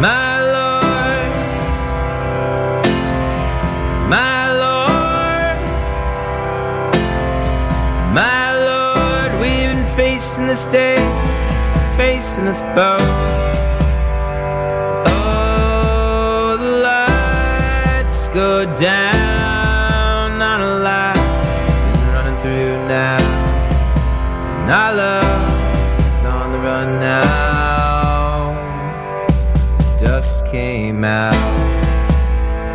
my Lord, my Lord, my Lord. We've been facing this day, facing us both. Oh, the lights go down on a lot we're running through now, and our love is on the run now dust came out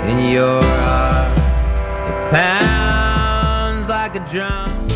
in your heart. It pounds like a drum.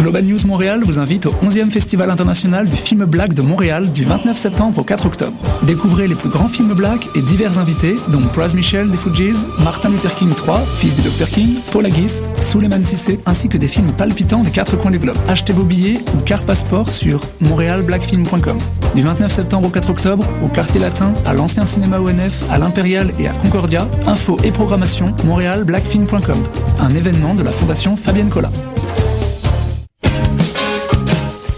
Global News Montréal vous invite au 11e Festival international du film black de Montréal du 29 septembre au 4 octobre. Découvrez les plus grands films black et divers invités, dont Praz Michel des Fujis, Martin Luther King III, fils du Dr King, Paul Aguis, Suleiman Sissé, ainsi que des films palpitants des quatre coins du globe. Achetez vos billets ou carte passeport sur montréalblackfilm.com. Du 29 septembre au 4 octobre, au Quartier Latin, à l'Ancien Cinéma ONF, à l'Impérial et à Concordia, info et programmation montréalblackfilm.com. Un événement de la Fondation Fabienne Cola.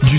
Du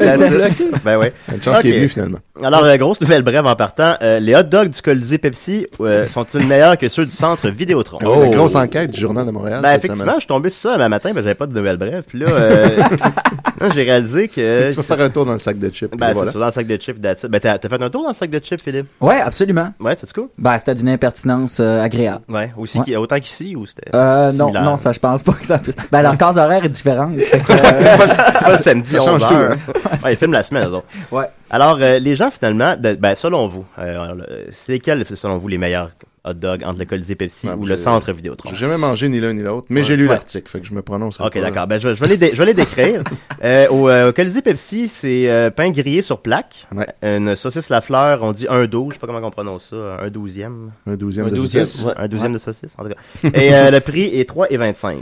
That's it. ben ouais. Une chance qu'il est Ok. venu, finalement. Alors, euh, grosse nouvelle brève en partant. Euh, les hot dogs du Colisée Pepsi euh, sont-ils meilleurs que ceux du centre Vidéotron? La grosse enquête du Journal de Montréal. Ben, cette effectivement, semaine. je suis tombé sur ça le matin, mais j'avais pas de nouvelles brèves. Puis là, euh, là, j'ai réalisé euh, que. Tu vas faire un tour dans le sac de chips. Ben, et voilà. c'est ça, dans le sac de chips, that's it. Ben, t'as t'as fait un tour dans le sac de chips, Philippe? ouais, absolument. Ouais, c'est cool? Ben, c'était d'une impertinence euh, agréable. Ouais, aussi, qu'il- autant qu'ici, ou c'était. Euh, non, similaire? non, ça, je pense pas que ça puisse. Ben, leur case horaire est différente. fait que, C'est pas, le- c'est pas le samedi Ça change 11 tout, heures. hein. Ouais, ils filment la semaine, eux autres. Ouais. Alors, euh, les gens, finalement, de- ben, selon vous, euh, euh, c'est lesquels, selon vous, les meilleurs hot dogs entre le Colisée Pepsi Ouais, ou je- le centre Vidéotron? J'ai jamais mangé ni l'un ni l'autre, mais Ouais. j'ai lu Ouais. l'article, fait que je me prononce. Ok, d'accord. Ben, je, vais- je vais les, dé- je vais les décrire. Euh, au, euh, au Colisée Pepsi, c'est euh, pain grillé sur plaque. Ouais. Une saucisse la fleur, on dit un dos, je sais pas comment on prononce ça, un douzième. Un douzième de douzième, saucisse. ouais, Un douzième de saucisse, en tout cas. Et euh, le prix est 3,25.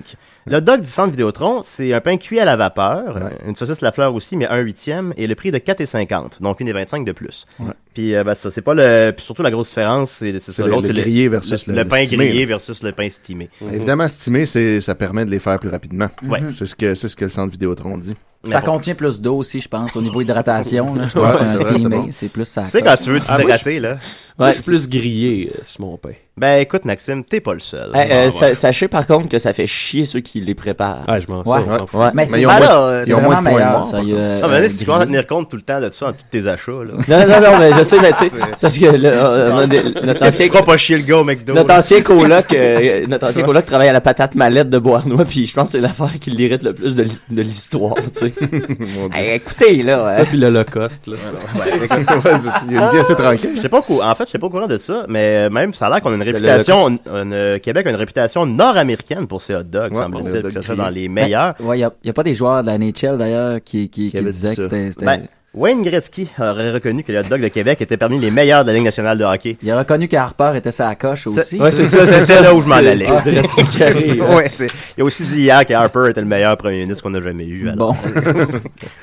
Le dog du centre Vidéotron, c'est un pain cuit à la vapeur, une saucisse la fleur aussi, mais un huitième, et le prix est de 4,50, donc 1,25 de plus. Puis euh, ben, ça, c'est pas le... puis surtout la grosse différence, c'est c'est ça, le- l'autre, le c'est grillé versus le- le le pain stimé, grillé là. versus le pain stimé. Évidemment, estimé, c'est, ça permet de les faire plus rapidement. Ouais. Mhm. C'est ce que, c'est ce que le centre Vidéotron dit. ça contient plus d'eau aussi, je pense, au niveau hydratation. Là, je pense Ouais, que c'est un c'est vrai, steamé, c'est bon. c'est plus ça. Tu sais, quand tu veux Ah, moi, t'hydrater, là... Ouais, c'est plus grillé, euh, sur mon pain. Ben écoute Maxime, t'es pas le seul. Eh, euh, Ah, Ouais, sa- ouais. Sachez par contre que ça fait chier ceux qui les préparent. Ah, je m'en Ouais. sors, on s'en fout. Ouais. Mais Mais c'est ils ont pas Ah, moins- là, euh, ils ont c'est moins de vraiment points meilleur, morts. sérieux, euh, Non, Ah, mais euh, là, si tu commences à grillé. tenir compte tout le temps de ça, en tous tes achats, là. Non, non, non, non, mais je sais, mais tu sais, c'est parce que là, euh, on a des- notre Qu'est-ce ancien, qui fera pas chier le gars au McDo? notre là? ancien coloc, euh, notre ancien coloc travaille à la patate mallette de Bois-Arnois, puis je pense que c'est l'affaire qui l'irrite le plus de l'hi- de l'histoire, tu sais. Mon Dieu. Eh, écoutez, là, Ça, hein. puis l'Holocauste, là. Ouais, écoute, Ouais, c'est- Il y a une vie assez tranquille. je sais pas au courant- en fait, je sais pas au courant de ça, mais euh, même, ça a l'air qu'on a une réputation, on- on, euh, Québec a une réputation nord-américaine pour ses hot dogs, Ouais, les hot semble-t-il, que dogs ce soit grillés. Ben- dans les meilleurs. Ouais, y a, y a pas des joueurs de la NHL d'ailleurs qui, qui, qui avait dit disaient que ça. c'était. c'était- Ben, Wayne Gretzky aurait reconnu que les hot dogs de Québec étaient parmi les meilleurs de la Ligue nationale de hockey. Il a reconnu qu'Harper était sa coche aussi. Ouais, c'est ça, c'est c'est celle-là où je m'en c'est- allais. Ah, c'est qui arrive, hein. Ouais, c'est- il a aussi dit hier que Harper était le meilleur premier ministre qu'on a jamais eu. alors. Bon,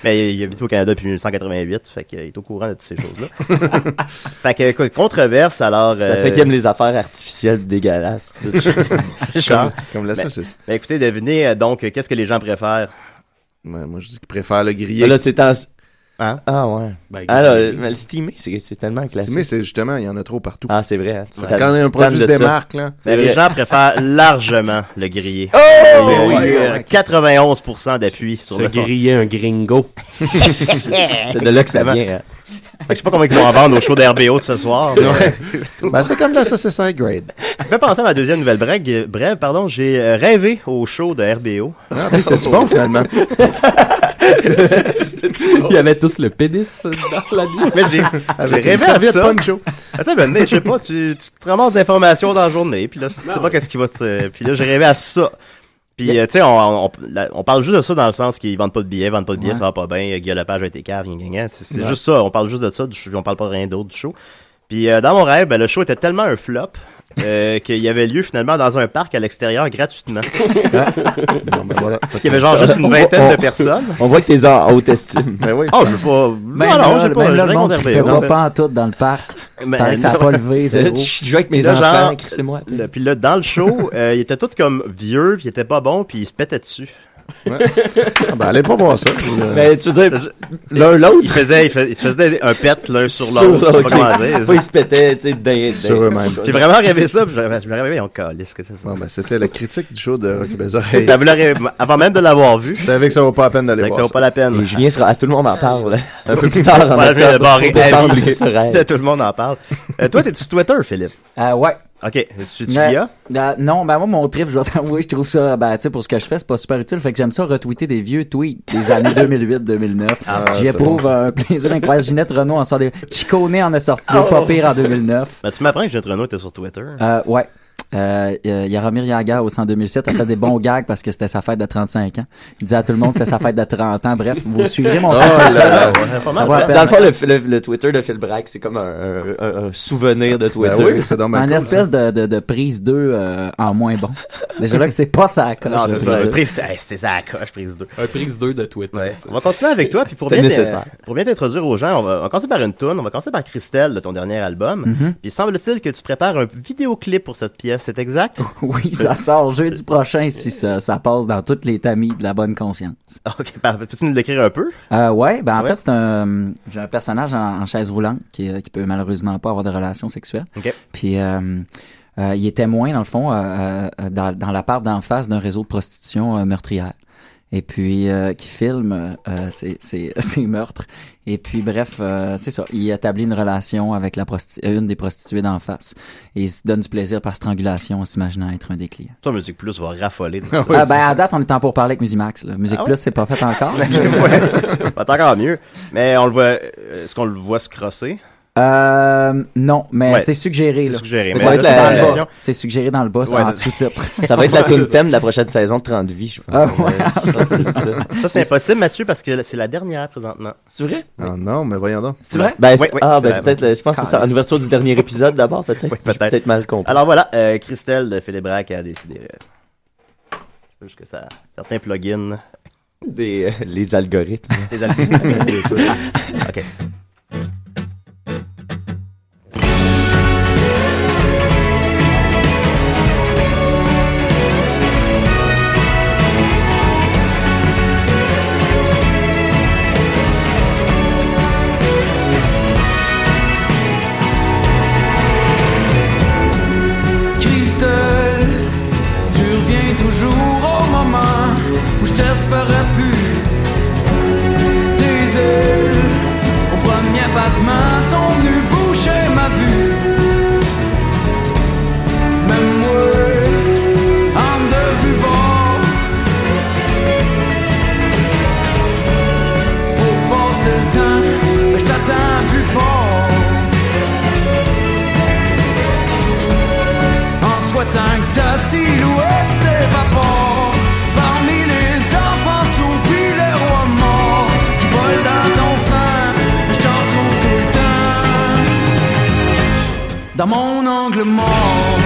Mais il habite au Canada depuis 1988, fait qu'il est au courant de toutes ces choses-là. fait que, écoute, controverse, alors... Ça euh, fait qu'ils aiment les affaires artificielles dégueulasses. Richard. Comme la Ben, saucisse. Ben, ben, écoutez, devinez, euh, donc, euh, qu'est-ce que les gens Ben, préfèrent? Ouais, moi, je dis qu'ils préfèrent le grillé. Mais là, c'est en... Hein? Ah ouais. Ben, Ah là, grillé. mais le steamé, c'est c'est tellement classique. Estimé, c'est justement, il y en a trop partout. Ah, c'est vrai. hein. Tu Quand t'as- il y a tu un te tannes produit se de ça. démarque, là. Ben, vrai. les gens préfèrent largement le grillé. Oh! Il y a Oui, eu, oui, euh, 91% d'appui sur Se le son. griller un gringo. C'est de là que ça vient. hein. Fait que Je sais pas comment ils vont en vendre au show d'RBO de ce soir. mais- Ouais. Ben, c'est comme dans ça, c'est 5 grade. Ça me fait penser à ma deuxième nouvelle brève. euh, brève pardon, j'ai euh, rêvé au show de RBO. Ah, puis c'est-tu bon, finalement? Il y avait tous le pénis dans la nuit. Mais j'ai j'ai rêvé à ça. Attends, ben, mais je sais pas, tu, tu te ramasses d'informations dans la journée, puis là, tu sais pas qu'est-ce qui va te... Puis là, j'ai rêvé à ça. Puis, euh, tu sais, on, on, la- on parle juste de ça dans le sens qu'ils vendent pas de billets, vendent pas de billets, Ouais. ça va pas bien, Guillaume Lepage a été cave, gna, gna, gna. c'est c'est Ouais. juste ça, on parle juste de ça, du show, puis on parle pas de rien d'autre du show. Puis, euh, dans mon rêve, ben, le show était tellement un flop euh, qu'il y avait lieu finalement dans un parc à l'extérieur gratuitement. Il y avait genre juste une vingtaine de personnes. On voit que t'es en haute estime. Ben oui. Oh, je veux pas. Même non, non, là, j'ai pas. même là, j'ai le rien monde contre trippait RBO. pas pantoute dans le parc. Mais Pendant que ça a non. pas levé, zéro. Puis là, genre, le- Puis là, dans le show, euh, ils étaient tous comme vieux, puis ils étaient pas bons, puis ils se pétaient dessus. Ah, ben, allez pas voir ça. Mais tu veux dire, l'un l'autre. Ils faisaient, ils faisaient, ils se faisaient un pet l'un sur Sur l'autre. je sais l'autre, pas comment ok. dire. Pas ils se pétaient, tu sais, d'un- d'un- J'ai vraiment rêvé ça, puis je me- je me rêvais, on calisse, que c'est ça. Bon, ben, c'était la critique du show de Rocky Des Oreilles. Ben, vous l'aurez- avant même de l'avoir vu. Vous savez que ça vaut pas la peine d'aller C'est vrai voir. que ça vaut pas la peine. Et Julien sera à tout le monde en parle un peu plus tard. en Voilà, je vais octobre, le barrer pour à parler vie. de ce rêve. Tout le monde en parle. Euh, toi, t'es-tu sur Twitter, Philippe? Ah ouais. OK. Tu hein? tu Mais- y as? Euh, non, ben moi, mon trip, je dois t'avouer, je trouve ça, ben, tu sais, pour ce que je fais, c'est pas super utile. Fait que j'aime ça retweeter des vieux tweets des années 2008-2009. Ah, J'y c'est bon, éprouve ça. un plaisir incroyable. Ginette Renault en sort des... Chiconé en a sorti des Oh! pas pires en 2009. Ben, tu m'apprends que Jean Renault était sur Twitter. Euh, ouais. Euh, euh, Yaromir Yaga au 100 2007 a fait des bons gags parce que c'était sa fête de 35 ans. Il disait à tout le monde que c'était sa fête de 30 ans. Bref, vous suivrez Ah, mon Oh là là, ouais. Ça vaut la peine. Dans le fond, le, le- le Twitter de Phil Brack, c'est comme un, un- un souvenir de Twitter. Ben oui, un espèce de, de, de prise 2 euh, en moins bon. Déjà là que c'est pas ça coche. Non, la c'est ça. prise le deux. prise- hey, C'était ça la coche, prise 2. Un prise 2 de Twitter. On va continuer avec toi. Puis pour bien, C'était t'in- nécessaire. pour bien t'introduire aux gens, on va, on va commencer par une tune. On va commencer par Christelle de ton dernier album. Mhm. Puis semble-t-il que tu prépares un vidéoclip pour cette pièce. C'est exact? Oui, Euh, ça sort jeudi prochain si ça, ça passe dans toutes les tamis de la bonne conscience. OK, parfait. Peux-tu nous le décrire un peu? Euh, ouais, ben en Ouais. fait, c'est un, j'ai un personnage en, en chaise roulante qui, euh, qui peut malheureusement pas avoir de relations sexuelles. OK. Puis euh, euh, il est témoin, dans le fond, euh, euh, dans, dans l'appart d'en face d'un réseau de prostitution euh, meurtrière. Et puis, euh, qui filme euh, euh, ses, ses- ses meurtres. Et puis, bref, euh, c'est ça. Il établit une relation avec la prosti- euh, une des prostituées d'en face. Et il se donne du plaisir par strangulation en s'imaginant être un des clients. Toi, Musique Plus va raffoler. de Ah, ça. ben, à date, on est en pour parler avec Musimax. Là. Musique Ah ouais? Plus, c'est pas fait encore. Ouais. Pas encore mieux. Mais on le voit. euh, Est-ce qu'on le voit se crosser? Euh, non, mais Ouais, c'est suggéré. c'est là. suggéré, Mais ça mais va là, être la- Dans le bas. la- C'est suggéré dans le bas, ça, Ouais, en de- sous-titre. Ça va être la tune thème de la prochaine saison de 30 vies, je pense. Ah, ouais. Ça, c'est ça. Ça, c'est impossible, Mathieu, parce que c'est la dernière présentement. C'est vrai? Ah non, mais voyons donc. C'est vrai? Ben, Oui, c'est- oui, ah, c'est ben, la- c'est peut-être, le- je pense que c'est ça, en Calice. ouverture du dernier épisode d'abord, peut-être. peut-être. Peut-être mal compris. Alors voilà, euh, Christelle de Philippe Braque a décidé. euh, C'est juste que ça. Certains plugins. Des, euh, les algorithmes. Les algorithmes, bien sûr. OK. Christelle, tu reviens toujours au moment où je t'espérais plus. Tes ailes, au premier battement, sont venues boucher ma vue. Même moi, en de buvant, pour passer le temps, ben, je t'attends plus fort. En souhaitant que ta silhouette s'évapore Parmi les enfants soupis, les rois morts Qui volent dans ton sein, je t'en trouve tout le temps Dans mon angle mort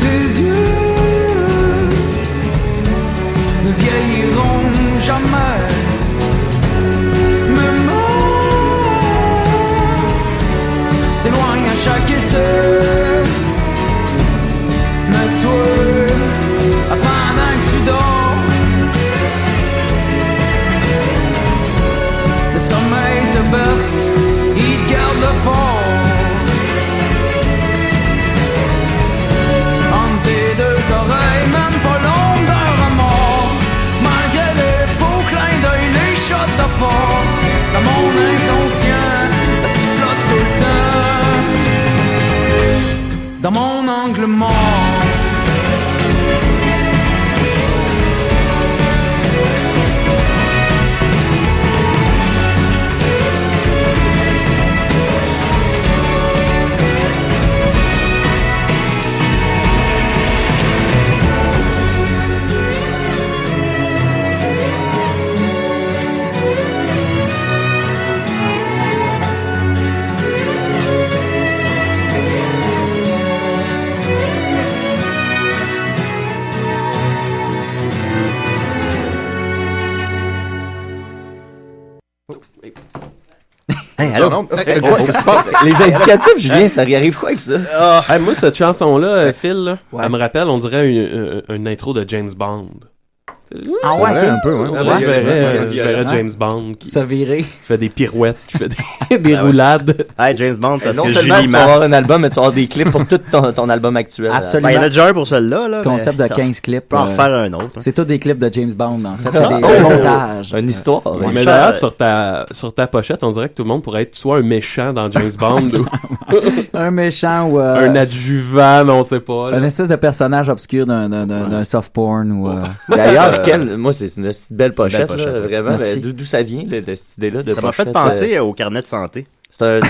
Tes Hey, allô? Non, non, hey, quoi, qu'est-ce qui se passe? Les indicatifs, Julien, ça y arrive quoi avec ça? Ah, Hey, moi, cette chanson-là, euh, Phil, là, elle me rappelle, on dirait une, euh, une intro de James Bond. Ah C'est ouais, vrai, ok. un peu, ouais. Ah Je ouais? verrais, euh, je verrais Ah. James Bond qui Se virer. fait des pirouettes, qui fait des, des roulades. Hey, James Bond, non seulement tu vas avoir un album, mais tu vas avoir des clips pour tout ton, ton album actuel. Ben, il y en a déjà un pour celle-là. Là, Concept mais- de 15 clips. On peut en euh, refaire un autre. hein. C'est tous des clips de James Bond, en fait. Ah, C'est des oh! montages. Une histoire. Ouais, mais d'ailleurs, euh, sur ta, sur ta pochette, on dirait que tout le monde pourrait être soit un méchant dans James Bond ou Un méchant ou... euh, un adjuvant, mais on sait pas. là. Un espèce de personnage obscur d'un, d'un, d'un- d'un soft porn ou... euh, D'ailleurs, quel, moi, c'est une petite belle pochette, pochette, là, ouais. vraiment. Merci. mais D'où d'où ça vient, là, de cette idée-là de Ça m'a fait pochette, penser euh, au carnet de santé. c'est un-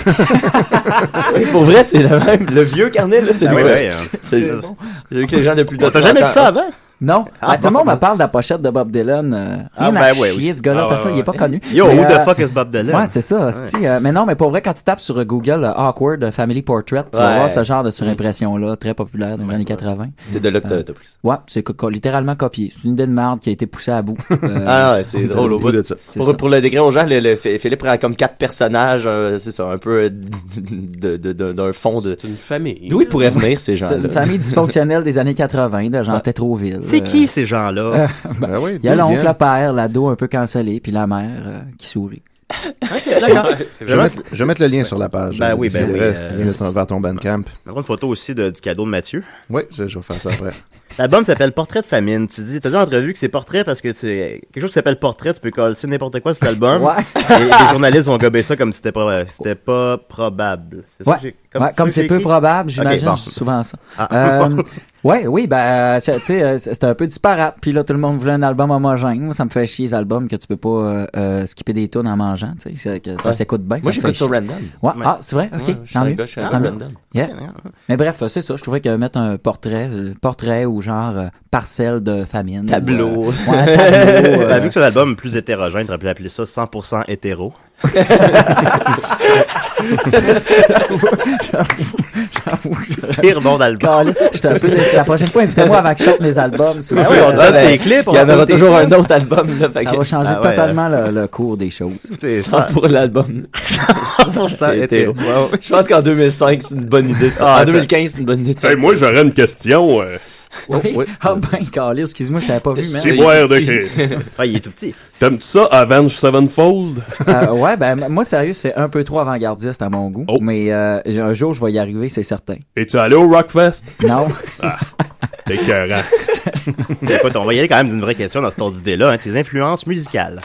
Oui, pour vrai, c'est le même. Le vieux carnet, là, c'est Ah le oui, même. oui, hein. C'est C'est bon. celui que les gens de plus de On t'a jamais 30 dit ça ans- avant? Non, Ah, Ah, tout le bon. monde me parle de la pochette de Bob Dylan. euh, rien Ah, à ben ouais, chier oui. de ce gars-là, Ah, personne, ouais, il est pas ouais. connu. Yo, Mais, who the euh, fuck is Bob Dylan? Ouais, c'est ça, hostie, euh, mais non, mais pour vrai, quand tu tapes sur euh, Google euh, Awkward Family Portrait, tu vas Ouais. voir ce genre de surimpression-là, très populaire dans les années 80. C'est de là que t'as- Euh, t'as pris ça. Ouais, c'est co- co- littéralement copié. C'est une idée de merde qui a été poussée à bout. Euh, Ah ouais, c'est drôle au bout. de ça. C'est ça. Pour, pour le décrire aux gens, le, le- Phil- Philippe a comme quatre personnages, euh, c'est ça, un peu euh, de- de- de- d'un fond de... C'est une famille. D'où ils pourraient venir, ces gens-là? C'est une famille dysfonctionnelle des années 80, de Ouais. gens Tétroville. Ah, C'est Euh, qui ces gens-là? ben, oui, Il y a d'où ils l'oncle, viennent? le père, l'ado un peu cancellé, puis la mère euh, qui sourit. D'accord. Je vais, mettre, je vais mettre le lien sur la page. Ben oui, ben C'est oui, vrai. euh, Il reste vers ton Bandcamp. On aura une photo aussi de- du cadeau de Mathieu. Oui, je je vais faire ça après. L'album s'appelle Portrait de famine. Tu dis, t'as dit en entrevue que c'est portrait parce que tu, quelque chose qui s'appelle portrait, tu peux coller n'importe quoi sur l'album. Ouais. Et les journalistes vont gober ça comme si c'était pas, c'était pas probable. C'est ça Ouais. que j'ai- Ouais, ça comme que j'ai c'est peu écrit? probable, j'imagine, Ok, bon. je dis souvent ça. Ah. Euh, ouais, oui, ben, tu sais, euh, c'était un peu disparate. Puis là, tout le monde voulait un album homogène. Moi, ça me fait chier les albums que tu peux pas euh, euh, skipper des tunes en mangeant. tu sais, c'est- que ça Ouais. s'écoute bien. Moi, ça me j'écoute fait sur chier. Random. Ouais. Ah, c'est vrai? Ok. Ouais, je suis tant un mieux. gars, je suis un Tant gars mieux. random. Yeah. Mais bref, euh, c'est ça. Je trouvais que mettre un portrait, euh, portrait ou genre euh, parcelle de famine. Tableau. ou, euh, ouais, tableau, Bah, euh, vu que c'est un album plus hétérogène, tu pu appeler ça 100% hétéro. j'avoue, j'avoue. Pire nom d'album. Calais, J'étais un peu déçu. La prochaine fois, invitez-moi avant que je sorte mes albums. s'il vous Ah plaît. oui, on donne Ben, des clips. on Il y en donne aura des toujours un clips. autre album, là, fait Ça que- va changer Ah ouais, totalement le, le cours des choses. C'est Sans ça. pour l'album. 100% hétéro. Wow. Je pense qu'en 2005, c'est une bonne idée de ça. Ah, ça- en 2015, c'est une bonne idée de ça. Hey, moi, j'aurais une question. euh, Oui. Ah ben, Carlis, excuse-moi, je t'avais pas vu, mais. c'est boire de Chris. Ah, il est tout petit. T'aimes-tu ça, Avenge Sevenfold? Euh, ouais, ben, m- moi, sérieux, c'est un peu trop avant-gardiste à mon goût. Mais euh, j'ai- un jour, je vais y arriver, c'est certain. Es-tu allé au Rockfest? Non. T'es écœurant. Écoute, on va y aller quand même d'une vraie question dans cette ordre d'idée-là. hein. Tes influences musicales.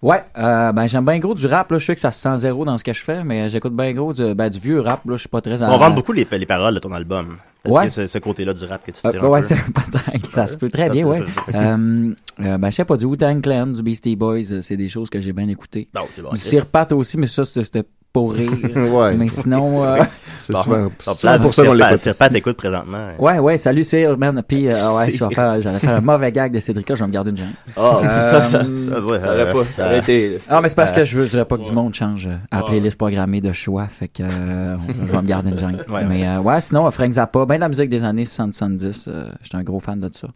Ouais, euh, ben, j'aime bien gros du rap, là. Je sais que ça se sent zéro dans ce que je fais, mais euh, j'écoute bien gros du, ben, du vieux rap, là. Je suis pas très On vante beaucoup les, les paroles de ton album. Peut-être Ouais. que C'est ce côté-là du rap que tu Euh, tires. un ouais, peu. c'est peut-être, ça se peut très bien, ouais. euh, euh, ben, je sais pas, du Wu-Tang Clan, du Beastie Boys, euh, c'est des choses que j'ai bien écoutées. Non, c'est bon. Du Sirpat aussi, mais ça, c'était c'était pour rire. Ouais. Mais sinon, euh, C'est Bon. souvent, Bon, c'est souvent pour ça qu'on Sirpa- l'écoute. Sirpa t'écoute présentement. ouais, ouais, salut Sir, man. Puis, euh, ouais, C'est- je vais faire, j'allais faire un mauvais gag de Cédrica, je vais me garder une jambe. Oh, ça, ça, Ah, ouais, ça aurait euh, pas, ça aurait été. Ah, mais c'est parce que je veux, je voudrais pas que du monde change euh, à la playlist programmée de choix, fait que euh, on- je vais me garder une jambe. Ouais, ouais. mais euh, ouais, sinon, euh, Frank Zappa, ben de la musique des années 70, euh, j'étais un gros fan de ça.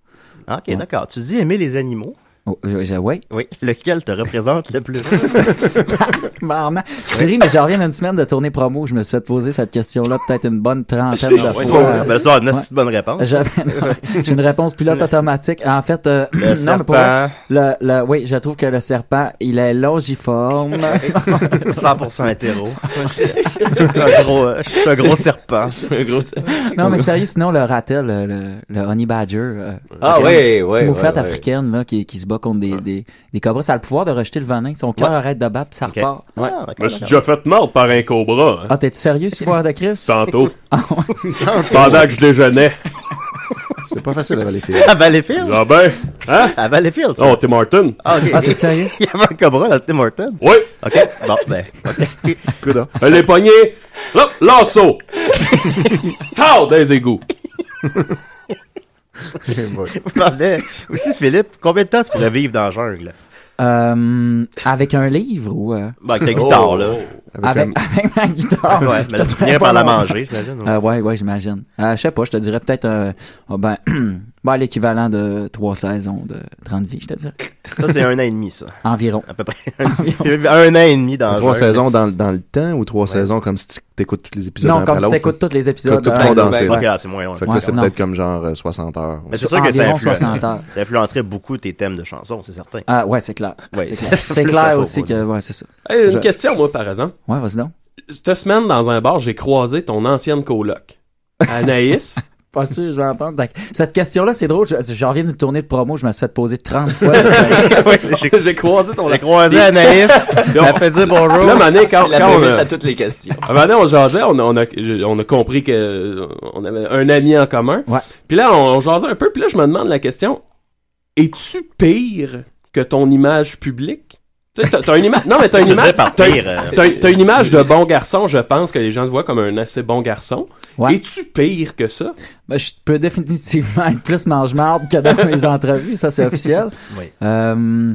Ok, d'accord. Tu dis aimer les animaux. Oh, je- je- ouais, Oui. Lequel te représente le plus? Marrant. Je ris, mais je reviens d'une semaine de tournée promo. Je me suis fait poser cette question-là peut-être une bonne trentaine de Ah, ouais, fois. Ben, tu as une assez bonne réponse. J'avais- non, euh, J'ai une réponse pilote automatique. En fait, euh, Le non, mais pour vrai, serpent. le, le- oui, je trouve que le serpent, il est longiforme. 100% hétéro. un gros, euh, je suis un gros serpent. Un gros. non, mais sérieux, sinon, le ratel, le, le, le honey badger. euh, Ah, une ouais, petite ouais, moufette ouais, ouais. africaine, là, qui, qui se bat contre des, des, des cobras. Ça a le pouvoir de rejeter le venin. Son cœur arrête de battre, puis ça Ok. repart. Ouais. Je me suis déjà fait mordre par un cobra, hein, Ah, t'es-tu sérieux, ce pouvoir de Chris? tantôt, Ah, ouais. pendant que je déjeunais. C'est pas facile d'avoir les filles. À Valleyfield? Ah ben, hein? À Valleyfield, ça. Oh, Tim Martin. Ah, ok. Ah, t'es sérieux? Il y avait un cobra dans le Tim Hortons. Oui, Ok, bon, ben, ok. Coudon. elle est pognée. Là, lasso. Tao, des égouts. Vous parlez aussi, Philippe, combien de temps tu pourrais vivre dans la jungle? Euh, avec un livre ou... euh, Bah, Ben, avec ta guitare, là. Avec, un- avec ma guitare. Ouais, mais Je là, tu te finirais ferais par la pas manger, longtemps. j'imagine, ouais. Euh, ouais, ouais, j'imagine. Euh, je sais pas, je te dirais peut-être euh, ah ben, ben, l'équivalent de trois saisons de 30 vies, je te dirais. Ça, c'est un an et demi, ça. Environ. À peu près. un an et demi dans Trois le jeu. saisons dans, dans le temps ou trois saisons comme si tu écoutes tous les épisodes Non, un comme après si l'autre, t'écoutes là? tous les épisodes, Tout euh, condensé. ben, là. ok, là, Ah, c'est moins long. Fait que là, c'est Non. peut-être comme genre euh, 60 heures. Mais c'est sûr que ça, Environ influence- 60 heures. ça influencerait beaucoup tes thèmes de chansons, c'est certain. Ah ouais, c'est clair. Ouais, C'est clair. C'est plus clair ça faut, aussi ouais. que ouais, c'est ça. Hey, une Je- question, moi, par exemple. Ouais, vas-y donc. Cette semaine, dans un bar, j'ai croisé ton ancienne coloc, Anaïs. Pas sûr, je vais entendre. D'ac- Cette question-là, c'est drôle. je- J'en viens d'une tournée de promo, je me suis fait poser 30 fois. Ah j'ai croisé ton J'ai croisé Anaïs, elle m'a fait dire bonjour. Là, Mané, quand, C'est la quand on prémisse a- à toutes les questions. À un moment donné, on jasait, on a, on a, je- on a compris que euh, on avait un ami en commun. Puis là, on, on jasait un peu, puis là, je me demande la question, es-tu pire que ton image publique? Tu sais, t'as- t'as une image... Non, Ah, mais t'as une Je dirais image... par t'as- pire, euh. T'as t'as une image de bon garçon, je pense, que les gens te voient comme un assez bon garçon. Ouais. Es-tu pire que ça? Ben, je peux définitivement être plus mange-marde que dans mes entrevues, ça c'est officiel. Oui. Euh,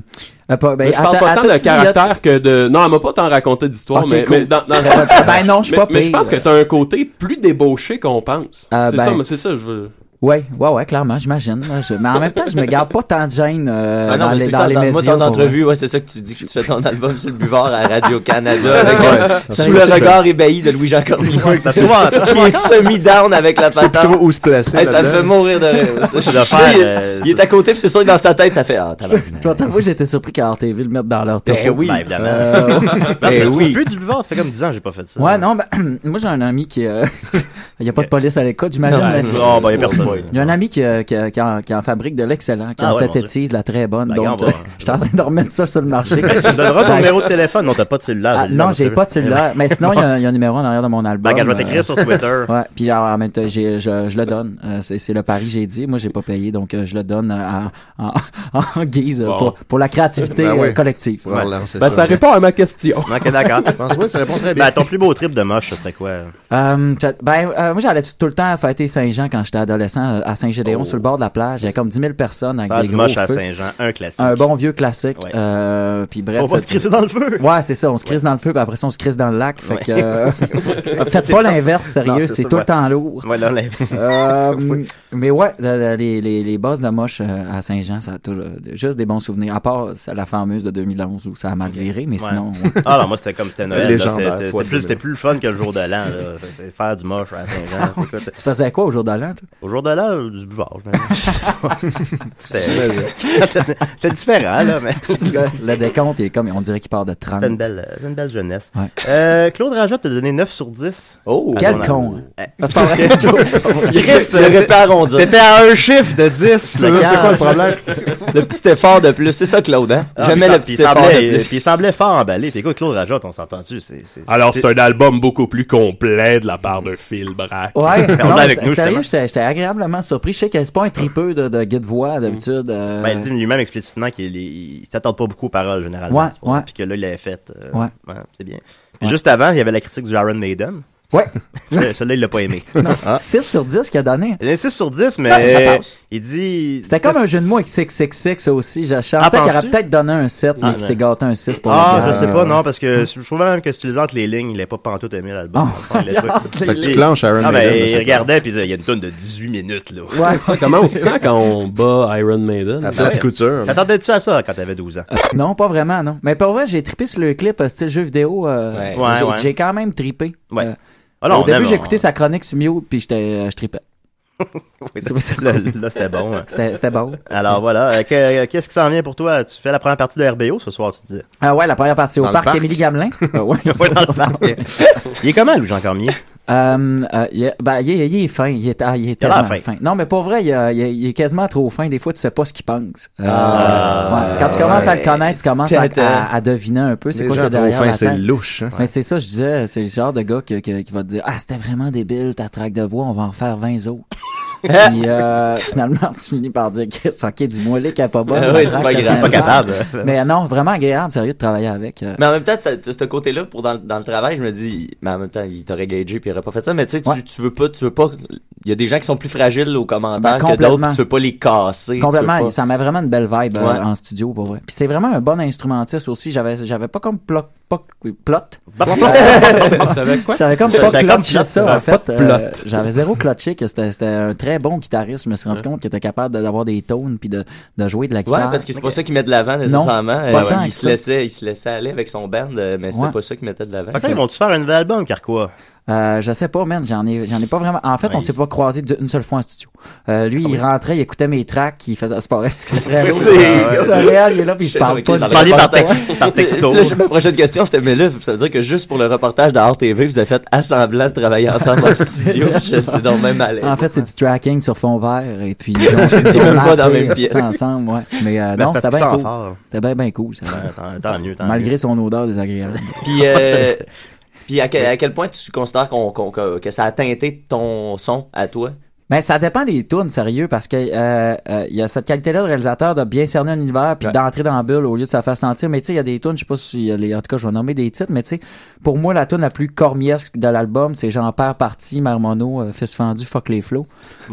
euh, pas- ben, Mais je parle attends- pas tant attends, tu de dis, là, tu- caractère que de... Non, elle m'a pas tant raconté d'histoire, Ok, mais, cool. mais dans- dans- Ben non, je suis Mais- pas Mais je pire. pense que t'as un côté plus débauché qu'on pense. Euh, c'est ben- ça, mais c'est ça, je veux... Ouais, ouais, ouais, clairement, j'imagine. là, je- Mais en même temps, je me garde pas tant de gêne euh, Ah non, dans, mais les, c'est dans ça, les dans- médias. moi, ton pour entrevue, ouais, c'est ça que tu dis que tu fais ton album sur le buvard à Radio-Canada. Ouais, avec, ouais. euh, Ça sous va, le ça regard ébahi de Louis-Jean Cormier. ça se voit, ça se Qui voit. est semi-down avec la C'est patate. plutôt où se placer, Hey, ça me là-dedans. fait mourir de rire. Ça, Ça je doit suis faire, sûr, euh, il est à côté, puis c'est sûr que dans sa tête, ça fait Ah, t'as Je dois t'avouer, j'étais surpris qu'à RTV le mette dans leur topo. Ben oui. Ben, évidemment. Euh, Non, mais ça se trouve plus du buvard, ça fait comme 10 ans que j'ai pas fait ça. Ouais, non, ben, moi j'ai un ami qui. euh, il n'y a pas de police à l'école, j'imagine. Non, mais- non, ben, il y a personne. Il y a un ami qui, euh, qui, euh, qui en, qui en fabrique de l'excellent, qui Ah en ouais, mon synthétise la très bonne. Ben, donc, on va- euh, je suis en train de remettre ça sur le tu marché. me donneras ton Ben, numéro de téléphone. Non, t'as pas de cellulaire. Ah, non, j'ai pas de cellulaire. Mais sinon, il y, a- il y a un numéro en arrière de mon album. Ben, regarde, je vais t'écrire sur Twitter. euh, ouais, puis genre, en même temps, j'ai- je, je le donne. Euh, c'est, c'est le pari que j'ai dit. Moi, j'ai pas payé, donc euh, je le donne à- en, en guise euh, Bon. pour, pour la créativité Ben oui. euh, collective. Ouais. Ouais. Ben, ça répond à ma question. Ok, d'accord. François, ça répond très bien. Ben, ton plus beau trip de moche, ça serait quoi? Euh, t'as- ben, euh, moi, j'allais tout le temps fêter Saint-Jean quand j'étais adolescent euh, à Saint-Gédéon, sur le bord de la plage. Il y avait comme 10 000 personnes avec Faire des Oh. du gros moche à feux. Saint-Jean, un classique. Un bon vieux classique. Euh, puis bref. On va se crisser dans le feu. Ouais, c'est ça. On se crisse dans le feu, puis après ça, on se crisse dans le lac. Fait que, euh, faites C'est pas tough. l'inverse, Non, sérieux. c'est C'est ça, tout le ouais. temps lourd. Ouais, non, l'inverse. Euh, mais ouais, euh, les, les, les bosses de moche euh, à Saint-Jean, ça a tout, euh, juste des bons souvenirs. À part ça, la fameuse de 2011 où ça a mal viré, mais Ouais. sinon. ouais. Ah non, moi c'était comme c'était Noël. là. C'était- hein, Légendaire, c'était- toi, C'était plus, Dieu. c'était plus le fun que le jour de l'an. là. C'est- c'est Faire du moche à Saint-Jean. c'est quoi, t'es- Tu faisais quoi au jour de l'an, toi? Au jour de l'an, euh, du buvard. je me- C'était- C'est différent, là, mais. Le, le décompte est comme, on dirait qu'il part de 30. C'est une belle, euh, c'est une belle jeunesse. Euh, Claude Rajot t'a donné 9 sur 10. Oh! Quel con. Euh, Ah, c'est pas vrai. Chris, Il aurait pu arrondir. t'étais à un chiffre de 10. C'est quoi le problème? Le petit effort de plus, c'est ça, Claude, hein? Jamais le petit Ah, il effort semblait, de il, plus. puis il semblait fort emballé. Puis écoute, Claude Rajot, on s'entend-tu? c'est- c'est- Alors, c'est un album beaucoup plus complet de la part de Phil Brack. Ouais, On non, l'a mais sérieux, j'étais j'étais agréablement surpris. Je sais qu'elle c'est pas un tripeux de, de guide-voix d'habitude. euh, Ben, il dit lui-même explicitement qu'il est- il s'attend pas beaucoup aux paroles généralement. Ouais, c'est pour ça. ouais. Puis que là, il l'avait fait. euh, Ouais. c'est bien. Puis juste avant, il y avait la critique du Iron Maiden. Ouais. Ce- Celui-là, il l'a pas aimé. Ah. non, c'est 6 sur 10 qu'il a donné. Il a 6 sur 10, mais Ouais, ça passe. il dit. C'était comme un jeu de mots avec 666 aussi. Je Ah, chantais qu'il aurait penses-tu? peut-être donné un 7, mais Ah, qu'il ouais. s'est gâté un 6 pour Ah, le je gars. sais pas, non, parce que je trouvais même que si tu lisais entre les lignes, il n'avait pas pantoute aimé l'album. Oh, Il était- regarde les Fait lignes. il- Tu clenches Iron Maiden, Ah, ben, là, il c'est regardait, puis il disait, il y a une tonne de 18 minutes, là. Ouais, c'est- ben. Comment on se sent quand on bat Iron Maiden? Ah, ouais. T'attendais-tu à ça quand t'avais 12 ans? Non, pas vraiment, non. Mais pour vrai, j'ai trippé sur le clip euh, style jeu vidéo. euh, Ouais. j'ai- Ouais, ouais. J'ai quand même trippé. Ouais. Euh, Ah non, au on début, aime, j'ai on- écouté sa chronique sur mute, puis j'étais, euh, je trippais. Oui, là, là, c'était bon. hein. C'était c'était beau. Alors voilà, Euh, que- qu'est-ce qui s'en vient pour toi? Tu fais la première partie de RBO ce soir, tu dis? Ah ouais, la première partie au Dans le parc, parc. Émilie Gamelin. Ah ouais, Ouais, dans le parc. Il est comment, Louis-Jean Cormier? Euh, euh, il, est- ben, il, est- il est fin, il est, ah, il est Il a l'air tellement fin. fin. Non, mais pour vrai, il, a- il a- il est quasiment trop fin. Des fois, tu sais pas ce qu'il pense. Euh, Ah. ouais. Quand tu commences à le Ouais. connaître, tu commences à, Tintin. à- à deviner un peu c'est Les quoi gens qu'il y a trop derrière fins, la c'est tête. louche, hein. Mais c'est ça, je disais, c'est le genre de gars que- que- qui va te dire « Ah, c'était vraiment débile ta traque de voix, on va en faire 20 autres. » Puis euh, finalement, tu finis par dire « Chris, ok, dis-moi les qu'elle est pas bonne. Ah la oui, c'est traque pas de grave. 20 Pas capable. heures. Mais non, vraiment agréable, sérieux, de travailler avec. euh. Mais en même temps, ça- ce côté-là, pour dans, le- dans le travail, je me dis, mais en même temps, il t'aurait gagé puis il aurait pas fait ça. Mais tu sais, tu- tu, veux pas, tu veux pas. Il y a des gens qui sont plus fragiles aux Ben, commentaires que complètement. d'autres. puis Tu veux pas les casser. tu veux Complètement, pas- ça met vraiment une belle vibe euh, Ouais. en studio pour vrai. Puis c'est vraiment un bon instrumentiste aussi, j'avais j'avais pas comme plo- pas plot. Pas plot. T'avais quoi? J'avais comme pas J'avais comme clutché plot, ça, t'avais en pas fait. de Euh, plot. J'avais zéro clutché, que c'était c'était un très bon guitariste. Je me suis rendu compte qu'il était capable de- d'avoir des tones puis de, de jouer de la Ouais, guitare. parce que c'est pas ça qu'il met de l'avant nécessairement. Non, Euh, pas tant il, que se ça. laissait, il se laissait aller avec son band, euh, mais c'était Ouais. pas ça qu'il mettait de l'avant. Fait que là, ils vont-tu faire un nouvel album, Carquois? Euh, je sais pas, man. J'en ai, j'en ai pas vraiment. En fait, on s'est pas croisé une seule fois en studio. Euh, lui, il rentrait, il écoutait mes tracks, il faisait. C'est pas vrai, c'est que c'est C'est- vrai. Le réel, il est là, puis il se parle pas. Je parlais Là, j'ai- ma prochaine question, c'était, mais là, ça veut dire que juste pour le reportage de RTV, vous avez fait assemblant de travailler ensemble en studio. Je- C'est dans le même malaise. En fait, c'est du tracking sur fond vert et puis C'est ils ont même pas dans la mappé, même euh, pièce. ça ensemble, ouais. Mais euh, Mais Ben, non, c'est parce c'était qu'il bien sent cool. fort. C'était bien bien cool, ça. tant mieux, tant Malgré mieux. son odeur désagréable. Puis, euh, puis à, que- à quel point tu considères qu'on, qu'on- que, que ça a teinté ton son à toi? Ben, ça dépend des tunes, sérieux, parce que euh, euh, il y a cette qualité-là de réalisateur de bien cerner un univers puis d'entrer dans la bulle au lieu de se faire sentir. Mais tu sais, il y a des tunes, je sais pas si y a les- en tout cas, je vais nommer des titres, mais tu sais, pour moi, la tune la plus cormiesque de l'album, c'est J'en perds parti, Mère Mono, euh, Fils fendu, Fuck les flots.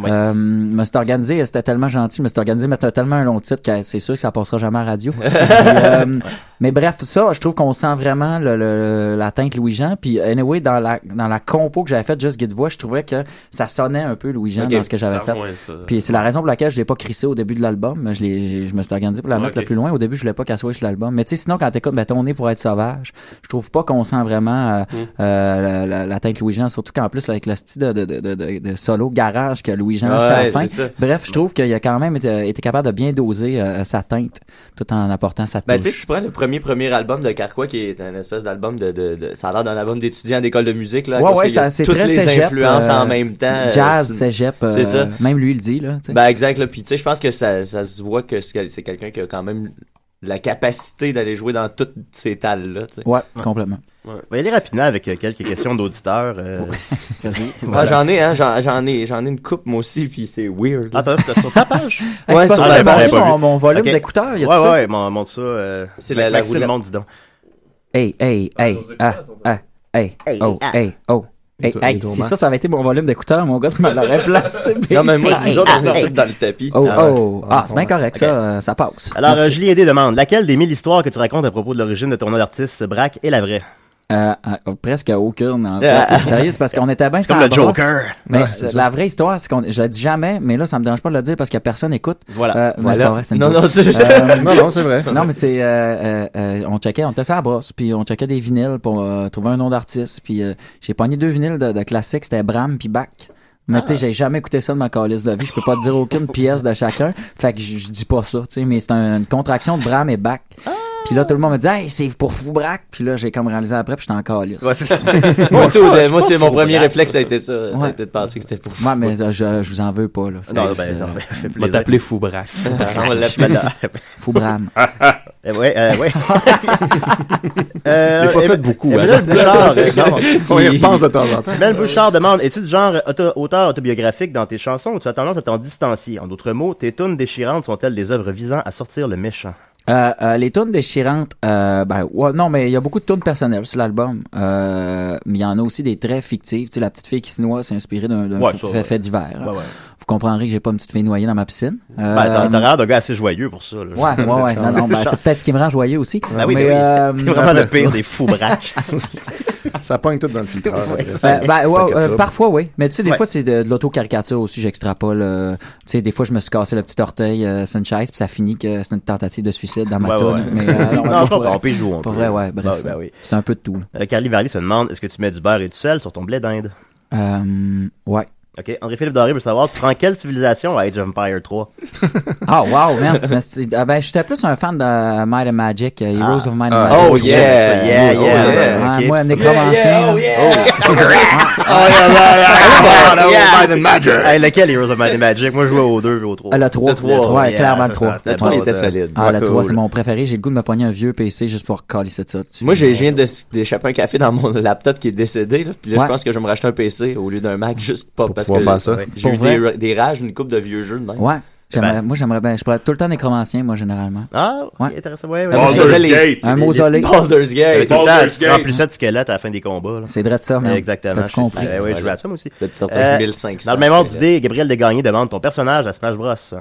Euh, me suis organisé, c'était tellement gentil, me suis organisé, mettre tellement un long titre que c'est sûr que ça passera jamais à la radio. Puis, euh, mais bref, ça, je trouve qu'on sent vraiment le, le- la teinte Louis-Jean. Puis, anyway, dans la, dans la compo que j'avais faite, juste Guy de Voix, je trouvais que ça sonnait un peu Louis-Jean Ok, dans ce que j'avais ça fait. rejoint ça. Puis, c'est la raison pour laquelle je l'ai pas crissé au début de l'album. mais Je, l'ai- j'ai- je me suis organisé pour la Ouais, mettre ok. le plus loin. Au début, je voulais pas qu'elle soit sur l'album. Mais tu sais, sinon, quand t'écoutes, ben, on est pour être sauvage, je trouve pas qu'on sent vraiment euh, euh, la, la- la teinte Louis-Jean, surtout qu'en plus, avec le style de, de, de, de- de solo garage que Louis-Jean Ouais, fait à la fin. c'est ça. Bref, je trouve qu'il a quand même été, été capable de bien doser euh, sa teinte tout en apportant sa Ben, touche. tu sais, si tu prends le premier, premier album de Carquois, qui est un espèce d'album de, de, de- Ça a l'air d'un album d'étudiant d'école de musique, là. ouais, parce ouais, qu'il y a ça, c'est toutes très les cégep, influences euh, en même temps. euh, Jazz, c'est- cégep. euh, C'est ça. Même lui, il le dit, là. tu sais. Ben, exact, là. Puis, tu sais, je pense que ça, ça se voit que c'est c'est quelqu'un qui a quand même la capacité d'aller jouer dans toutes ces tales-là, tu sais. Ouais, complètement. On va y aller rapidement avec euh, quelques questions d'auditeurs. euh, Vas-y. Ah, Voilà. j'en ai, hein, j'en j'en ai, j'en ai une coupe, moi aussi, puis c'est weird. Attends, c'était sur ta page? Ouais, Ah, c'est pas sur ça, la j'avais page. pas vu. Ok. d'écouteurs, y a-tu Ouais, ça, ouais, ça? mon- montre ça. euh, Ah, C'est la- la Maxime, roulette. montre, dis donc. Hey, hey, hey. Ah, ah, hey. Hey, Oh, ah. hey, oh. Hey, toi, et hey, toi, si Max? ça, ça avait été mon volume d'écouteurs, mon gars, tu me l'aurais placé. Non, mais moi, nous autres, on est Hey, tous dans le tapis. Oh, Ah ouais. oh. Ah, c'est bien correct, ça, euh, ça passe. Alors, Merci. euh, Julie Aidé demande Laquelle des mille histoires que tu racontes à propos de l'origine de ton nom d'artiste, Braque, est la vraie Euh, euh, presque aucune. En fait. Ah. Sérieux, c'est parce qu'on était bien C'est comme sur la le brosse. Joker. Mais Ouais, euh, c'est ça. la vraie histoire, c'est qu'on, je la dis jamais, mais là, ça me dérange pas de le dire parce que personne écoute. Voilà. Euh, non, Voilà. c'est pas vrai, c'est une Non, joke. non, c'est- Euh, Non, non, c'est vrai. Non, mais c'est, euh, euh, euh, on checkait, on était sur la brosse, puis on checkait des vinyles pour euh, trouver un nom d'artiste, puis euh, j'ai pogné deux vinyles de, de classiques, c'était Bram puis Bach. Mais Ah. tu sais, j'ai jamais écouté ça de ma calice de vie. Je peux pas te dire aucune pièce de chacun. Fait que je je dis pas ça, tu sais. Mais c'est un- une contraction de Bram et Bach. Ah. Puis là, tout le monde me dit, hey, c'est pour fou braque. Puis là, j'ai comme réalisé après, puis j'étais en calice. Ouais, c'est ça. moi, tout, euh, moi, c'est mon premier réflexe, ça a été ça. Ça a été de penser que c'était pour Moi, mais euh, je, je vous en veux pas, là. C'est- Non, c'est- ben, non, ben, euh, fait plaisir. On va t'appeler Foubrac. Ah, On va l'appeler. Foubram. Euh, ouais, euh, ouais. Euh, Je l'ai pas fait beaucoup, Emmanuel hein. Ah, Bouchard, C'est ça. exemple, On y qui- repense de temps en temps. Emmanuel Bouchard demande Es-tu du genre auto- auteur autobiographique dans tes chansons ou tu as tendance à t'en distancier En d'autres mots, tes tunes déchirantes sont-elles des œuvres visant à sortir le méchant Euh, euh, les tunes déchirantes, euh, ben ouais, non, mais il y a beaucoup de tunes personnelles sur l'album. Euh, mais il y en a aussi des très fictives. Tu sais, la petite fille qui se noie, c'est inspiré d'un d'un Ouais, f- ça, fait, ouais. fait divers. Ouais, ouais. Vous comprendrez que j'ai pas une petite fille noyée dans ma piscine. Euh, Ben, t'as t'as l'air d'un gars assez joyeux pour ça. là. Ouais, ouais, ouais. Non, non, ben, c'est peut-être ce qui me rend joyeux aussi. Ah oui, Mais, ben oui. euh, C'est vraiment le pire des fous braques. ça pogne tout dans le filtre. Ben, ben, ouais, euh, parfois, oui. Mais tu sais, des Ouais. fois, c'est de, de l'auto-caricature aussi, j'extrapole. euh, tu sais, des fois, je me suis cassé le petit orteil euh, sur une chaise, puis ça finit que c'est une tentative de suicide dans ma Ouais, toune. ouais. Mais, euh, Non, pas je comprends, vrai. on peut y jouer un Pas peu. vrai, ouais, Ben, bref. ben oui. C'est un peu de tout. là. Euh, Carly Varley se demande Est-ce que tu mets du beurre et du sel sur ton blé d'Inde Euh, ouais. Ok. André-Philippe Doré veut savoir Tu prends quelle civilisation à Age of Empire 3 Ah, wow, man. c'est- c'est- ah, ben, j'étais plus un fan de Might and Magic, euh, Heroes of Might and Ah. Magic. Oh, Ouais, yeah, yeah, ouais, yeah, ouais. yeah, Ouais, ok, Moi, tu peux- nécromancien. Yeah, là. Oh, Might and Magic. Hey, lequel Heroes of Might and Magic Moi, je jouais au 2 et au 3. Ah, le 3. Ouais, clairement le 3. Ah, le 3, Cool. c'est mon préféré. J'ai le goût de me pogner un vieux PC juste pour coller ça dessus. Moi, j'ai, je viens de- d'échapper un café dans mon laptop qui est décédé. Là. Puis là, Ouais. je pense que je vais me racheter un PC au lieu d'un Mac juste pas parce que pouvoir faire ça. ouais, j'ai Pour eu vrai. des, ra- des rages, une coupe de vieux jeux de même. Ouais. J'aimerais- Ben. moi, j'aimerais bien. Je pourrais être tout le temps nécromancien, moi, généralement. Ah, ouais. intéressant. Ouais, ouais. Ah, moi, je faisais les- Un mausolée. Baldur's Gate. Avec tout le temps, Baldur's tu te Gate. remplissais de squelettes à la fin des combats. là. C'est vrai de ça, man. Exactement. T'as tout compris. Ouais, ouais, je jouais à ça, moi aussi. Euh, 1500 Dans le même ordre d'idée, Gabriel Desgagnés demande ton personnage à Smash Bros. Euh,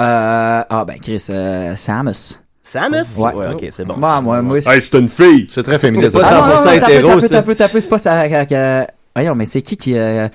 ah, ben, Chris, euh, Samus. Samus? Ouais. Bah, Ouais, ok, c'est bon. Moi, moi, moi, Hey, c'est une fille! C'est très C'est pas 100% hétéro, ça. T'as peu, t'as peu, c'est pas ça. euh, euh, Voyons, mais c'est qui qui. euh,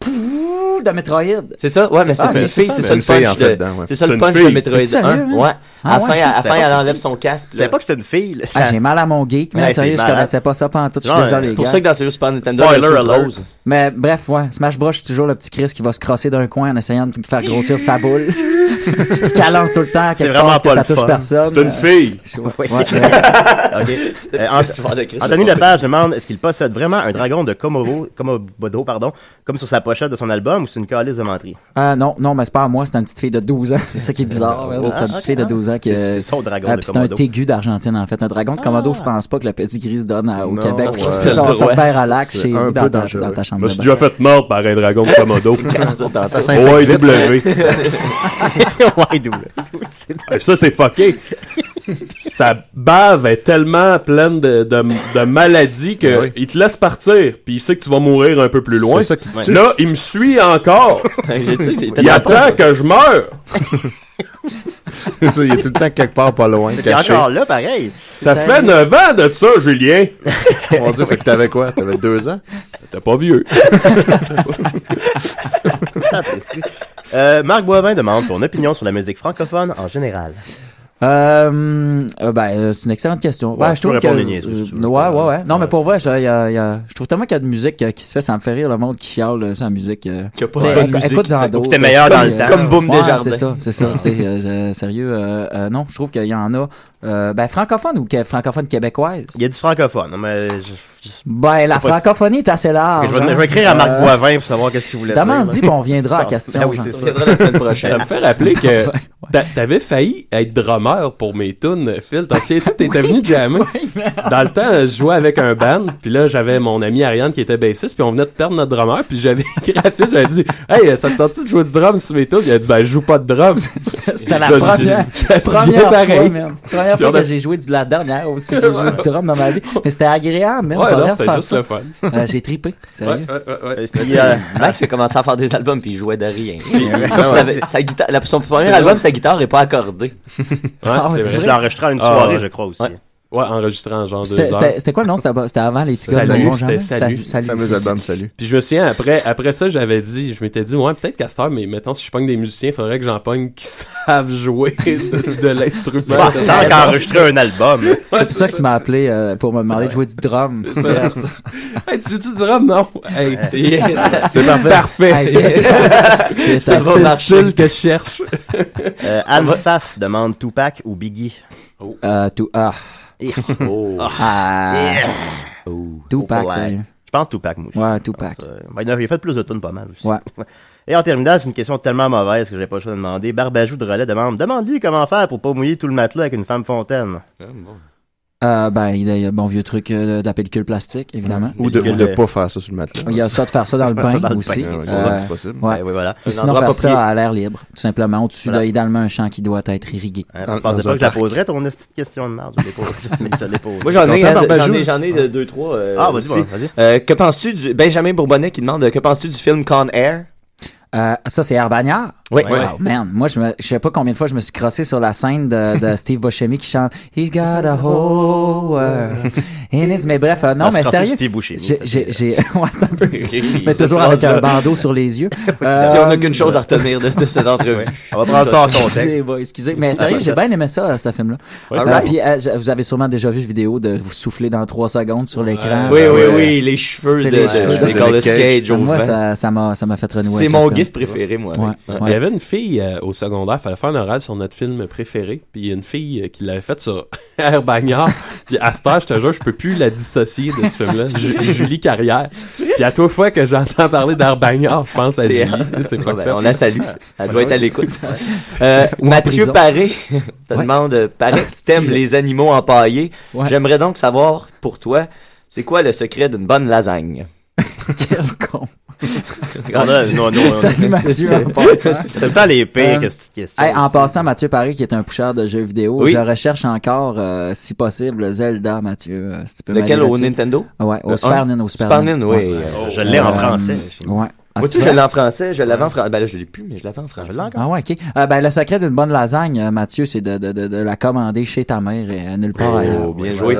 Pouh, de Metroid. C'est ça, ouais, mais c'est Ah, une fille, c'est ça le fille, punch en de, fait, dedans, ouais. c'est ça C'est le une punch fille. de Metroid T'es 1. sérieux, Ouais. Ah À la ouais? fin, à la T'es fin, pas elle une enlève fille. son casque. Je savais pas que c'était une fille. là. Ah, Ça- j'ai mal à mon geek, mais Ouais, sérieux, c'est je malade. connaissais pas ça pendant tout. Je suis Ouais, désolé. c'est pour gars. ça que dans sur Super Nintendo, Spoiler elle est sur alert. rose. Mais bref, ouais, Smash Bros, je suis toujours le petit Chris qui va se crosser d'un coin en essayant de faire grossir sa boule. Puis qui lance tout le temps, à C'est quelque vraiment chose que pas ça le fun. touche personne. Euh, Ouais. Ouais. Ok. Le Euh, petit Ant- festival de Christ, Anthony le pompé. Lepage demande est-ce qu'il possède vraiment un dragon de Komodo, Komodo pardon, comme sur sa pochette de son album ou c'est une calice de menterie Ah non, non, mais c'est pas à moi, c'est une petite fille de 12 ans. C'est ça qui est bizarre. Ah, ouais, c'est une ok, petite fille de ah. 12 ans qui. C'est- c'est son dragon Ah, de puis C'est un commando. tégu d'Argentine, en fait. Un dragon de commando, je pense pas que le petit gris se donne à- au Non, Québec. ouais. Parce que C'est ça, le on se droit. repère à l'ac C'est chez un vous peu dans, ta- dangereux. dans ta chambre. Je me de suis bain. déjà fait mordre par un dragon de Komodo. Casse ça dans ta- OIW. OIW. Hey, Ça, c'est fucké. Sa bave est tellement pleine de, de, de maladies que Ben Oui. il te laisse partir, puis il sait que tu vas mourir un peu plus loin. C'est ça qui te tue. Là, il me suit encore. J'ai dit, t'es il tellement attend propre. que je meure. Ça, il est tout le temps quelque part pas loin, T'es caché. encore là, pareil. Ça fait 9 ans de ça, Julien. Mon Dieu, fait que t'avais quoi? T'avais deux ans? T'es pas vieux. Ah, Euh, Marc Boivin demande ton opinion sur la musique francophone en général. Euh, euh, ben, euh, c'est une excellente question. Ouais, Ouais, tu peux répondre les niaiseries, si tu euh, ouais, ouais, ouais. Non, mais pour vrai, je, y a- y a- je trouve tellement qu'il y a de musique euh, qui se fait, ça me fait rire le monde qui chiale euh, sans musique. euh. Qu'il y a pas T'sais, de bonne éc- musique Écoute qui se fait. Zando, Ou c'était euh, meilleur dans euh, le temps. Comme Boom ouais, Desjardins. C'est ça, c'est ça. c'est, euh, je- sérieux, euh, euh, non, je trouve qu'il y en a. euh, ben, francophone ou que- francophone québécoise? Il y a du francophone, mais je, je- Ben, la Faut pas- francophonie est assez large. Ah, je vais, ben, hein. je vais écrire à Marc Euh, Boivin pour savoir qu'est-ce qu'il voulait dire. Demande-y, puis on viendra à la question, Ah oui, j'en c'est sais. ça. On viendra la semaine prochaine. Ça me fait rappeler que t'a- t'avais failli être drummer pour mes tunes, Phil. T'en souviens-tu? T'étais venu jammer. Dans le temps, je jouais avec un band, puis là, j'avais mon ami Ariane qui était bassiste, puis on venait de perdre notre drummer, puis j'avais écrit à Phil, j'avais dit « Hey, ça te tente-tu de jouer du drum sur mes tunes? » Il a dit « Ben, je joue pas de drum. » C'était la Je- première, je- je- première je- fois, pareil. même. Première Puis fois on a- que j'ai joué du la dernière aussi, que j'ai joué du drum dans ma vie. Mais c'était agréable, même. Ouais, pas non, rien c'était faire juste ça. le fun. Euh, j'ai trippé, sérieux. Puis, euh, Max a commencé à faire des albums puis il jouait de rien. Il savait- sa guitare, la- son premier C'est album, vrai. sa guitare est pas accordée. Ah, c'est vrai. Je l'ai enregistré à une Ah, soirée, ouais. je crois aussi. Ouais, Ouais, enregistrant genre deux C'était- heures. C'était c'était quoi le nom? C'était ab- c'était avant les petits gars Salut, de Montjean, c'était hein? C'était salut. Puis je me souviens, après, après ça, j'avais dit, je m'étais dit, ouais, peut-être Castor, mais mettons, si je pogne des musiciens, il faudrait que j'en pogne qui savent jouer de, de C'est l'instrument. pas tant qu'à enregistrer un album. C'est pour ça que tu m'as appelé euh, pour me demander de jouer du drum. C'est ça. hey, tu joues-tu du drum? Non. Hey, C'est parfait. Parfait. Hey, C'est ça va le marcher. style que je cherche. Euh, Anne Pfaff demande Tupac ou Biggie. Euh, tout, ah. Oh. Ah. Yeah. Tupac, Ouais. sérieux. Je pense Tupac, moi aussi. Ouais, Tupac. Je pense, euh, ben, il a- il a fait plus de tunes pas mal aussi. Ouais. Et en terminant, c'est une question tellement mauvaise que j'ai pas le choix de demander. Barbajou de Relais demande Demande-lui comment faire pour pas mouiller tout le matelas avec une femme fontaine. Euh, ben, il y a- il y a bon vieux truc euh, de la pellicule plastique, évidemment. Ou de, Ouais. ou de pas faire ça sur le matelas. Il y a ça de faire ça dans le Faire ça bain dans le aussi. bain, ouais, ouais, Euh, c'est possible. ouais. Ben oui, voilà. Ou Un sinon endroit faire approprié. ça à l'air libre, tout simplement, au-dessus Voilà. de- idéalement un champ qui doit être irrigué. Hein, Dans- tu pensais dans pas un que je la parc. poserais ton petite question de merde. Je l'ai pas- je l'ai- je l'ai posée. Moi, j'en ai, Content, hein, Barbajou? j'en ai, j'en ai de- deux, trois. euh, Ah, vas-y, aussi. vas-y. Euh, que penses-tu du. Benjamin Bourbonnet qui demande euh, Que penses-tu du film Con Air Euh, ça, c'est Herbagnard? Oui. Wow, man. Moi, je, me, je sais pas combien de fois je me suis crossé sur la scène de, de Steve Buscemi qui chante He's got a whole world in his... Mais bref, euh, non, Ça se mais crosser sérieux. sur Steve Buscemi, j'ai- j'ai- j'ai- ouais, c'est un peu ça. C'est- Mais cette toujours avec phrase-là. un bandeau sur les yeux. Euh, Euh, Si on a qu'une chose à retenir de, de cette entrevue. On va prendre ça en contexte. Excusez, bah, excusez. Mais sérieux, j'ai bien aimé ça, euh, ce film-là. Ouais, Euh, c'est vrai. puis, euh, j- vous avez sûrement déjà vu une vidéo de vous souffler dans trois secondes sur l'écran. Oui, C'est, oui, euh, oui, les cheveux c'est de- les de- cheveux de Nicolas Cage au Moi, vent. ça ça m'a ça m'a fait renouer. C'est avec mon le film. gif préféré, moi. Ouais, Ouais. ouais. Il y avait une fille euh, au secondaire, fallait faire un oral sur notre film préféré, puis il y a une fille euh, qui l'avait faite sur Air Bagnard, puis à cette heure, je te jure, je peux plus la dissocier de ce film-là, Ju- Julie Carrière. Puis à toute fois que j'entends parler d'Air Bagnard, je pense à C'est- Julie, c'est Bon, pas ben, on la salue. Elle doit être à l'écoute. Euh, Ou en Mathieu prison. Paré te demande euh, Paré, si t'aimes les animaux empaillés, Ouais. j'aimerais donc savoir pour toi, c'est quoi le secret d'une bonne lasagne Ah, Quel con. Non, non, non, non, non. Salut, Mathieu, en passant. C'est tout le temps les pires Euh, que cette question. hey, en passant, Mathieu Paris, qui est un pusher de jeux vidéo, Oui. je recherche encore, euh, si possible, Zelda, Mathieu. euh, si tu peux Lequel m'aider au là-dessus. Nintendo Ah Ouais, au Le Super un? Nintendo. au Super Super Nintendo, Nin, oui. euh, ouais. Oh, je l'ai en français. Ouais. Ah, Moi, tu sais, c'est je l'ai vrai? en français, je l'avais en français. Ben là, je l'ai plus, mais je l'avais en français. Ah ouais, ok. Euh, ben, le secret d'une bonne lasagne, euh, Mathieu, c'est de, de, de, de la commander chez ta mère et euh, nulle part ailleurs. Oh, bien joué.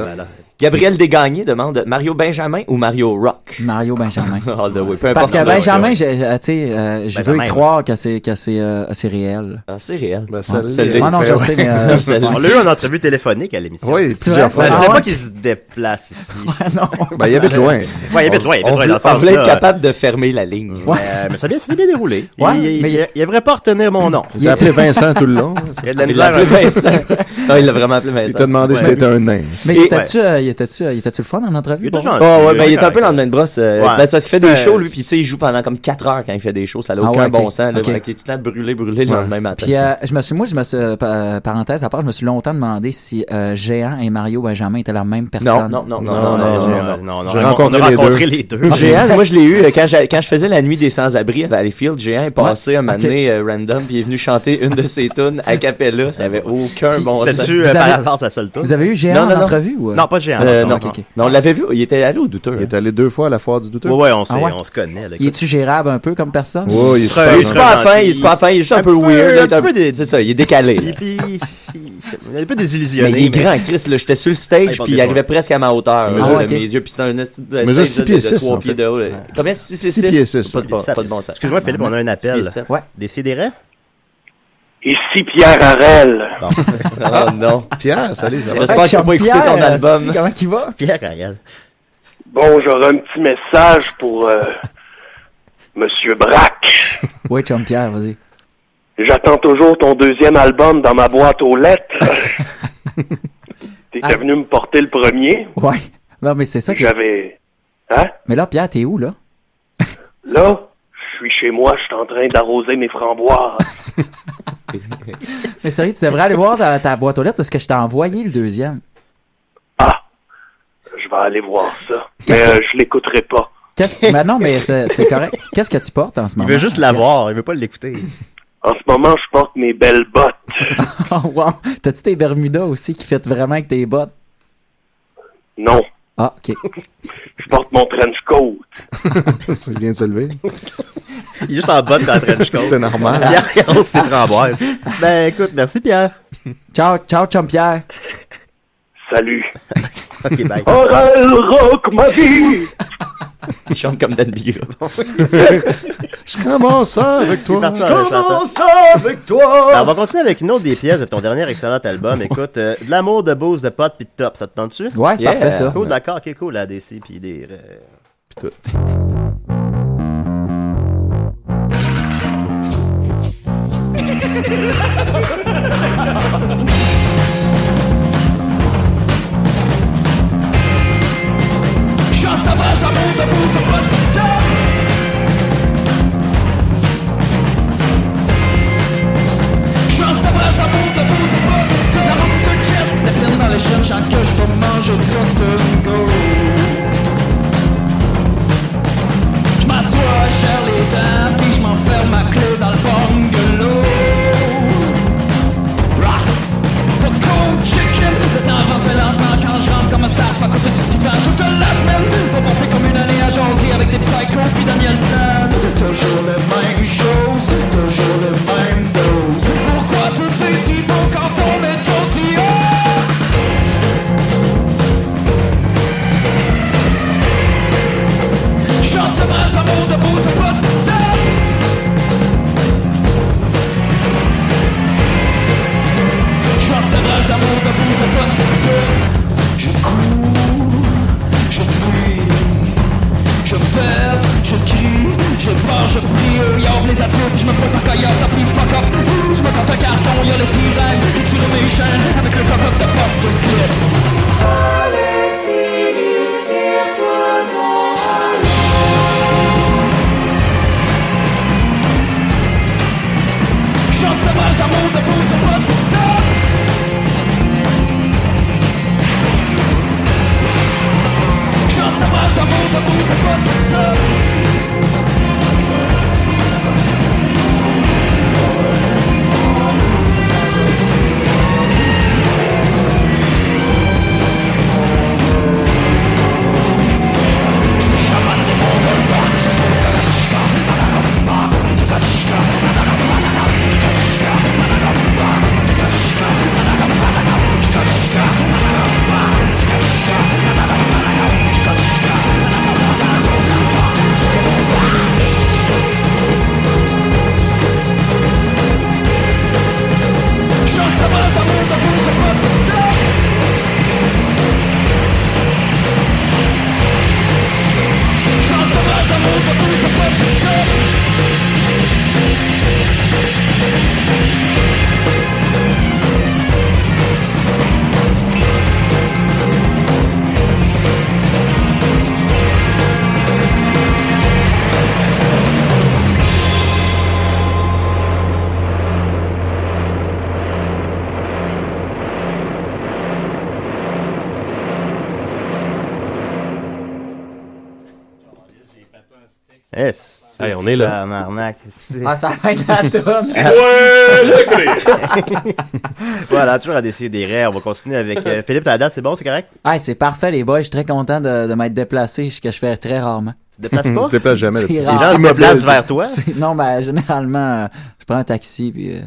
Gabriel Desgagnés demande Mario Benjamin ou Mario Rock Mario Benjamin. All the way. Peu Parce importe. que All the way. Benjamin, j'ai- j'ai- tu sais, euh, je veux Benjamin. y croire que c'est que c'est euh, c'est réel. Ah, c'est réel. Ben, ça Ouais. l'est. Ah non, je sais, mais, euh, on l'a eu en entrevue téléphonique à l'émission. Oui, C'est plusieurs vrai? fois. Ben, je Ah ne ouais? pas qu'il se déplace ici. non. Ben, il habite loin. Ouais, il habite loin. Il habite loin On- on dans voulait- ce sens-là. on voulait être capable de fermer la ligne. Mais, euh, mais ça bien- ça s'est bien déroulé. Il- Ouais, il, il, mais- il, il devrait pas retenir mon nom. Il a appelé Vincent tout le long. Il y a de la Il l'a misère. appelé à- Vincent. Non, il l'a vraiment appelé Vincent. Il t'a demandé si Ouais. t'étais un nain. Mais Et- il était-tu euh, il était-tu euh, il était-tu le fun en entrevue? bon? Ah ouais, ben il est un peu dans le même brosse. euh, Ouais. ben, c'est parce qu'il fait C'est- des shows, lui, puis tu sais, il joue pendant comme 4 heures quand il fait des shows, ça n'a Ah aucun ouais, bon ok. sens. Là, Ok. Fait qu'il est tout le temps brûlé, brûlé le Ouais. lendemain matin. Puis ça. euh, je me suis, moi, je me suis, euh, pa- euh, parenthèse à part, je me suis longtemps demandé si euh, Géant et Mario Benjamin étaient la même personne. Non, non, non, non, non, non, non, non, non. J'ai rencontré les deux. Géant, moi, je l'ai eu euh, quand, j'ai- quand je faisais la nuit des sans-abri à Valleyfield. Géant est passé un moment ok. donné euh, random, puis il est venu chanter une de ses tunes à cappella. Ça avait aucun bon sens. C'était-tu euh, par hasard sa seule tour? Non, non, non. Non, pas hein, Géant. Euh, non, non, on l'avait vu. Il était allé au douteux. hein. Il est allé deux fois à la foire du douteux. Ouais, ouais, on, sait, Ah ouais? on se connaît. Là, Il est-tu gérable un peu comme personne? Ouais, il est super- Il est super fin, il est super fin, il est juste un peu petit peu- weird. un il est petit peu des- C'est ça, il est décalé. là. puis, il est un peu désillusionné. Mais il est mais- grand, Chris. là, J'étais sur le Ah, il stage, porte puis il des arrivait presque à ma hauteur. Il là, mesure- de Ah, ok. mes yeux, puis c'était un esti- un mesure stage six de- pieds de- six, de 3 en pieds fait. de haut. là. Combien 6 Six pieds six. Pas de bon- pas de bon sens. Excuse-moi, Philippe, on a un appel. Six pieds sept. Ouais. Des sidérés? Ici Pierre Harel. Oh non. Pierre, salut. ça va? J'espère qu'il n'a pas écouté ton album. qui va? Pierre Harel. Bon, j'aurais un petit message pour euh, Monsieur Braque. Oui, chum Pierre, vas-y. J'attends toujours ton deuxième album dans ma boîte aux lettres. T'es Ah. venu me porter le premier. Ouais. Non, mais c'est ça qui. J'avais. Hein? Mais là, Pierre, t'es où, là? Là, je suis chez moi, je suis en train d'arroser mes framboises. Mais sérieux, tu devrais aller voir dans ta boîte aux lettres parce que je t'ai envoyé le deuxième. Ah, Je vais aller voir ça. Mais euh, je l'écouterai pas. Qu'est-ce- ben non, mais c'est c'est correct. Qu'est-ce que tu portes en ce moment? veut juste l'avoir, il veut pas l'écouter. En ce moment, je porte mes belles bottes. Oh, wow. T'as-tu tes Bermudas aussi qui fait vraiment avec tes bottes? Non, Ah, ok. je porte mon trench coat. Il vient de se lever. Il est juste en bonne dans la trench coat. C'est normal. Pierre Harel, c'est framboise. Ben écoute, merci Pierre. Ciao, ciao, chum Pierre. Salut. ok, bye. Orel rock ma vie! Il chante comme Dan Bigra. Je commence ça avec toi. parti en chantant. avec toi. Ben, on va continuer avec une autre des pièces de ton dernier excellent album. Écoute, euh, de l'amour, de bouse, de potes, puis de top. Ça te tente-tu? Ouais, Ah, c'est Yeah. parfait, ça. Cool, d'accord, ok, cool, la DC, puis des. euh, puis tout. Je suis un sauvage d'amour, de bouse, de pote, de top. Je suis un sauvage d'amour, de bouse, de pote, de top. La rose sur le chest, la plaine dans le chien, chaque que je vais manger de cotton go. Je m'assois, je serre les dents, puis je m'enferme ma clé dans le bungalow. Rock! Pas cool, chicken, le temps rentre mais lentement quand je rentre comme un sarf à côté du divan toute la semaine. Faut penser comme une année à jaser avec des psychos puis Danielson. Toujours les mêmes choses, toujours les mêmes doses. Pourquoi tout est si beau quand on est aussi haut? Je suis en sevrage d'amour, de bouse, de boîte, de tête. Je suis un sevrage d'amour, de bouse, de pote, de tête. Je cours, je fuis, je fesse, je crie, je pars, je prie, eux, ils ont les adultes, je me pose en coyote, t'as pris fuck up, je me compte un carton, y'a les sirènes, ils tirent mes chaînes, avec le coq de porte sur le clit. Je suis un sauvage d'amour, de bouse, de pote, de tête. Je suis un sauvage d'amour, de bouse, de pote, de top. Je suis chaman des mondes, le roi, le roi, le roi, le roi. Yes. Hey, on est là. Tabarnak. C'est- Ah, ça va être la toune. Ouais, écoutez. voilà, toujours à décider des rêves. On va continuer avec euh, Philippe, ta date, c'est bon, c'est correct? Ah, c'est parfait, les boys. Je suis très content de, de m'être déplacé, ce que je fais très rarement. Tu te déplaces Mm. pas? Tu te déplaces jamais, là, tu- Les Les gens se déplacent vers toi? Non, ben, généralement, euh, je prends un taxi, puis...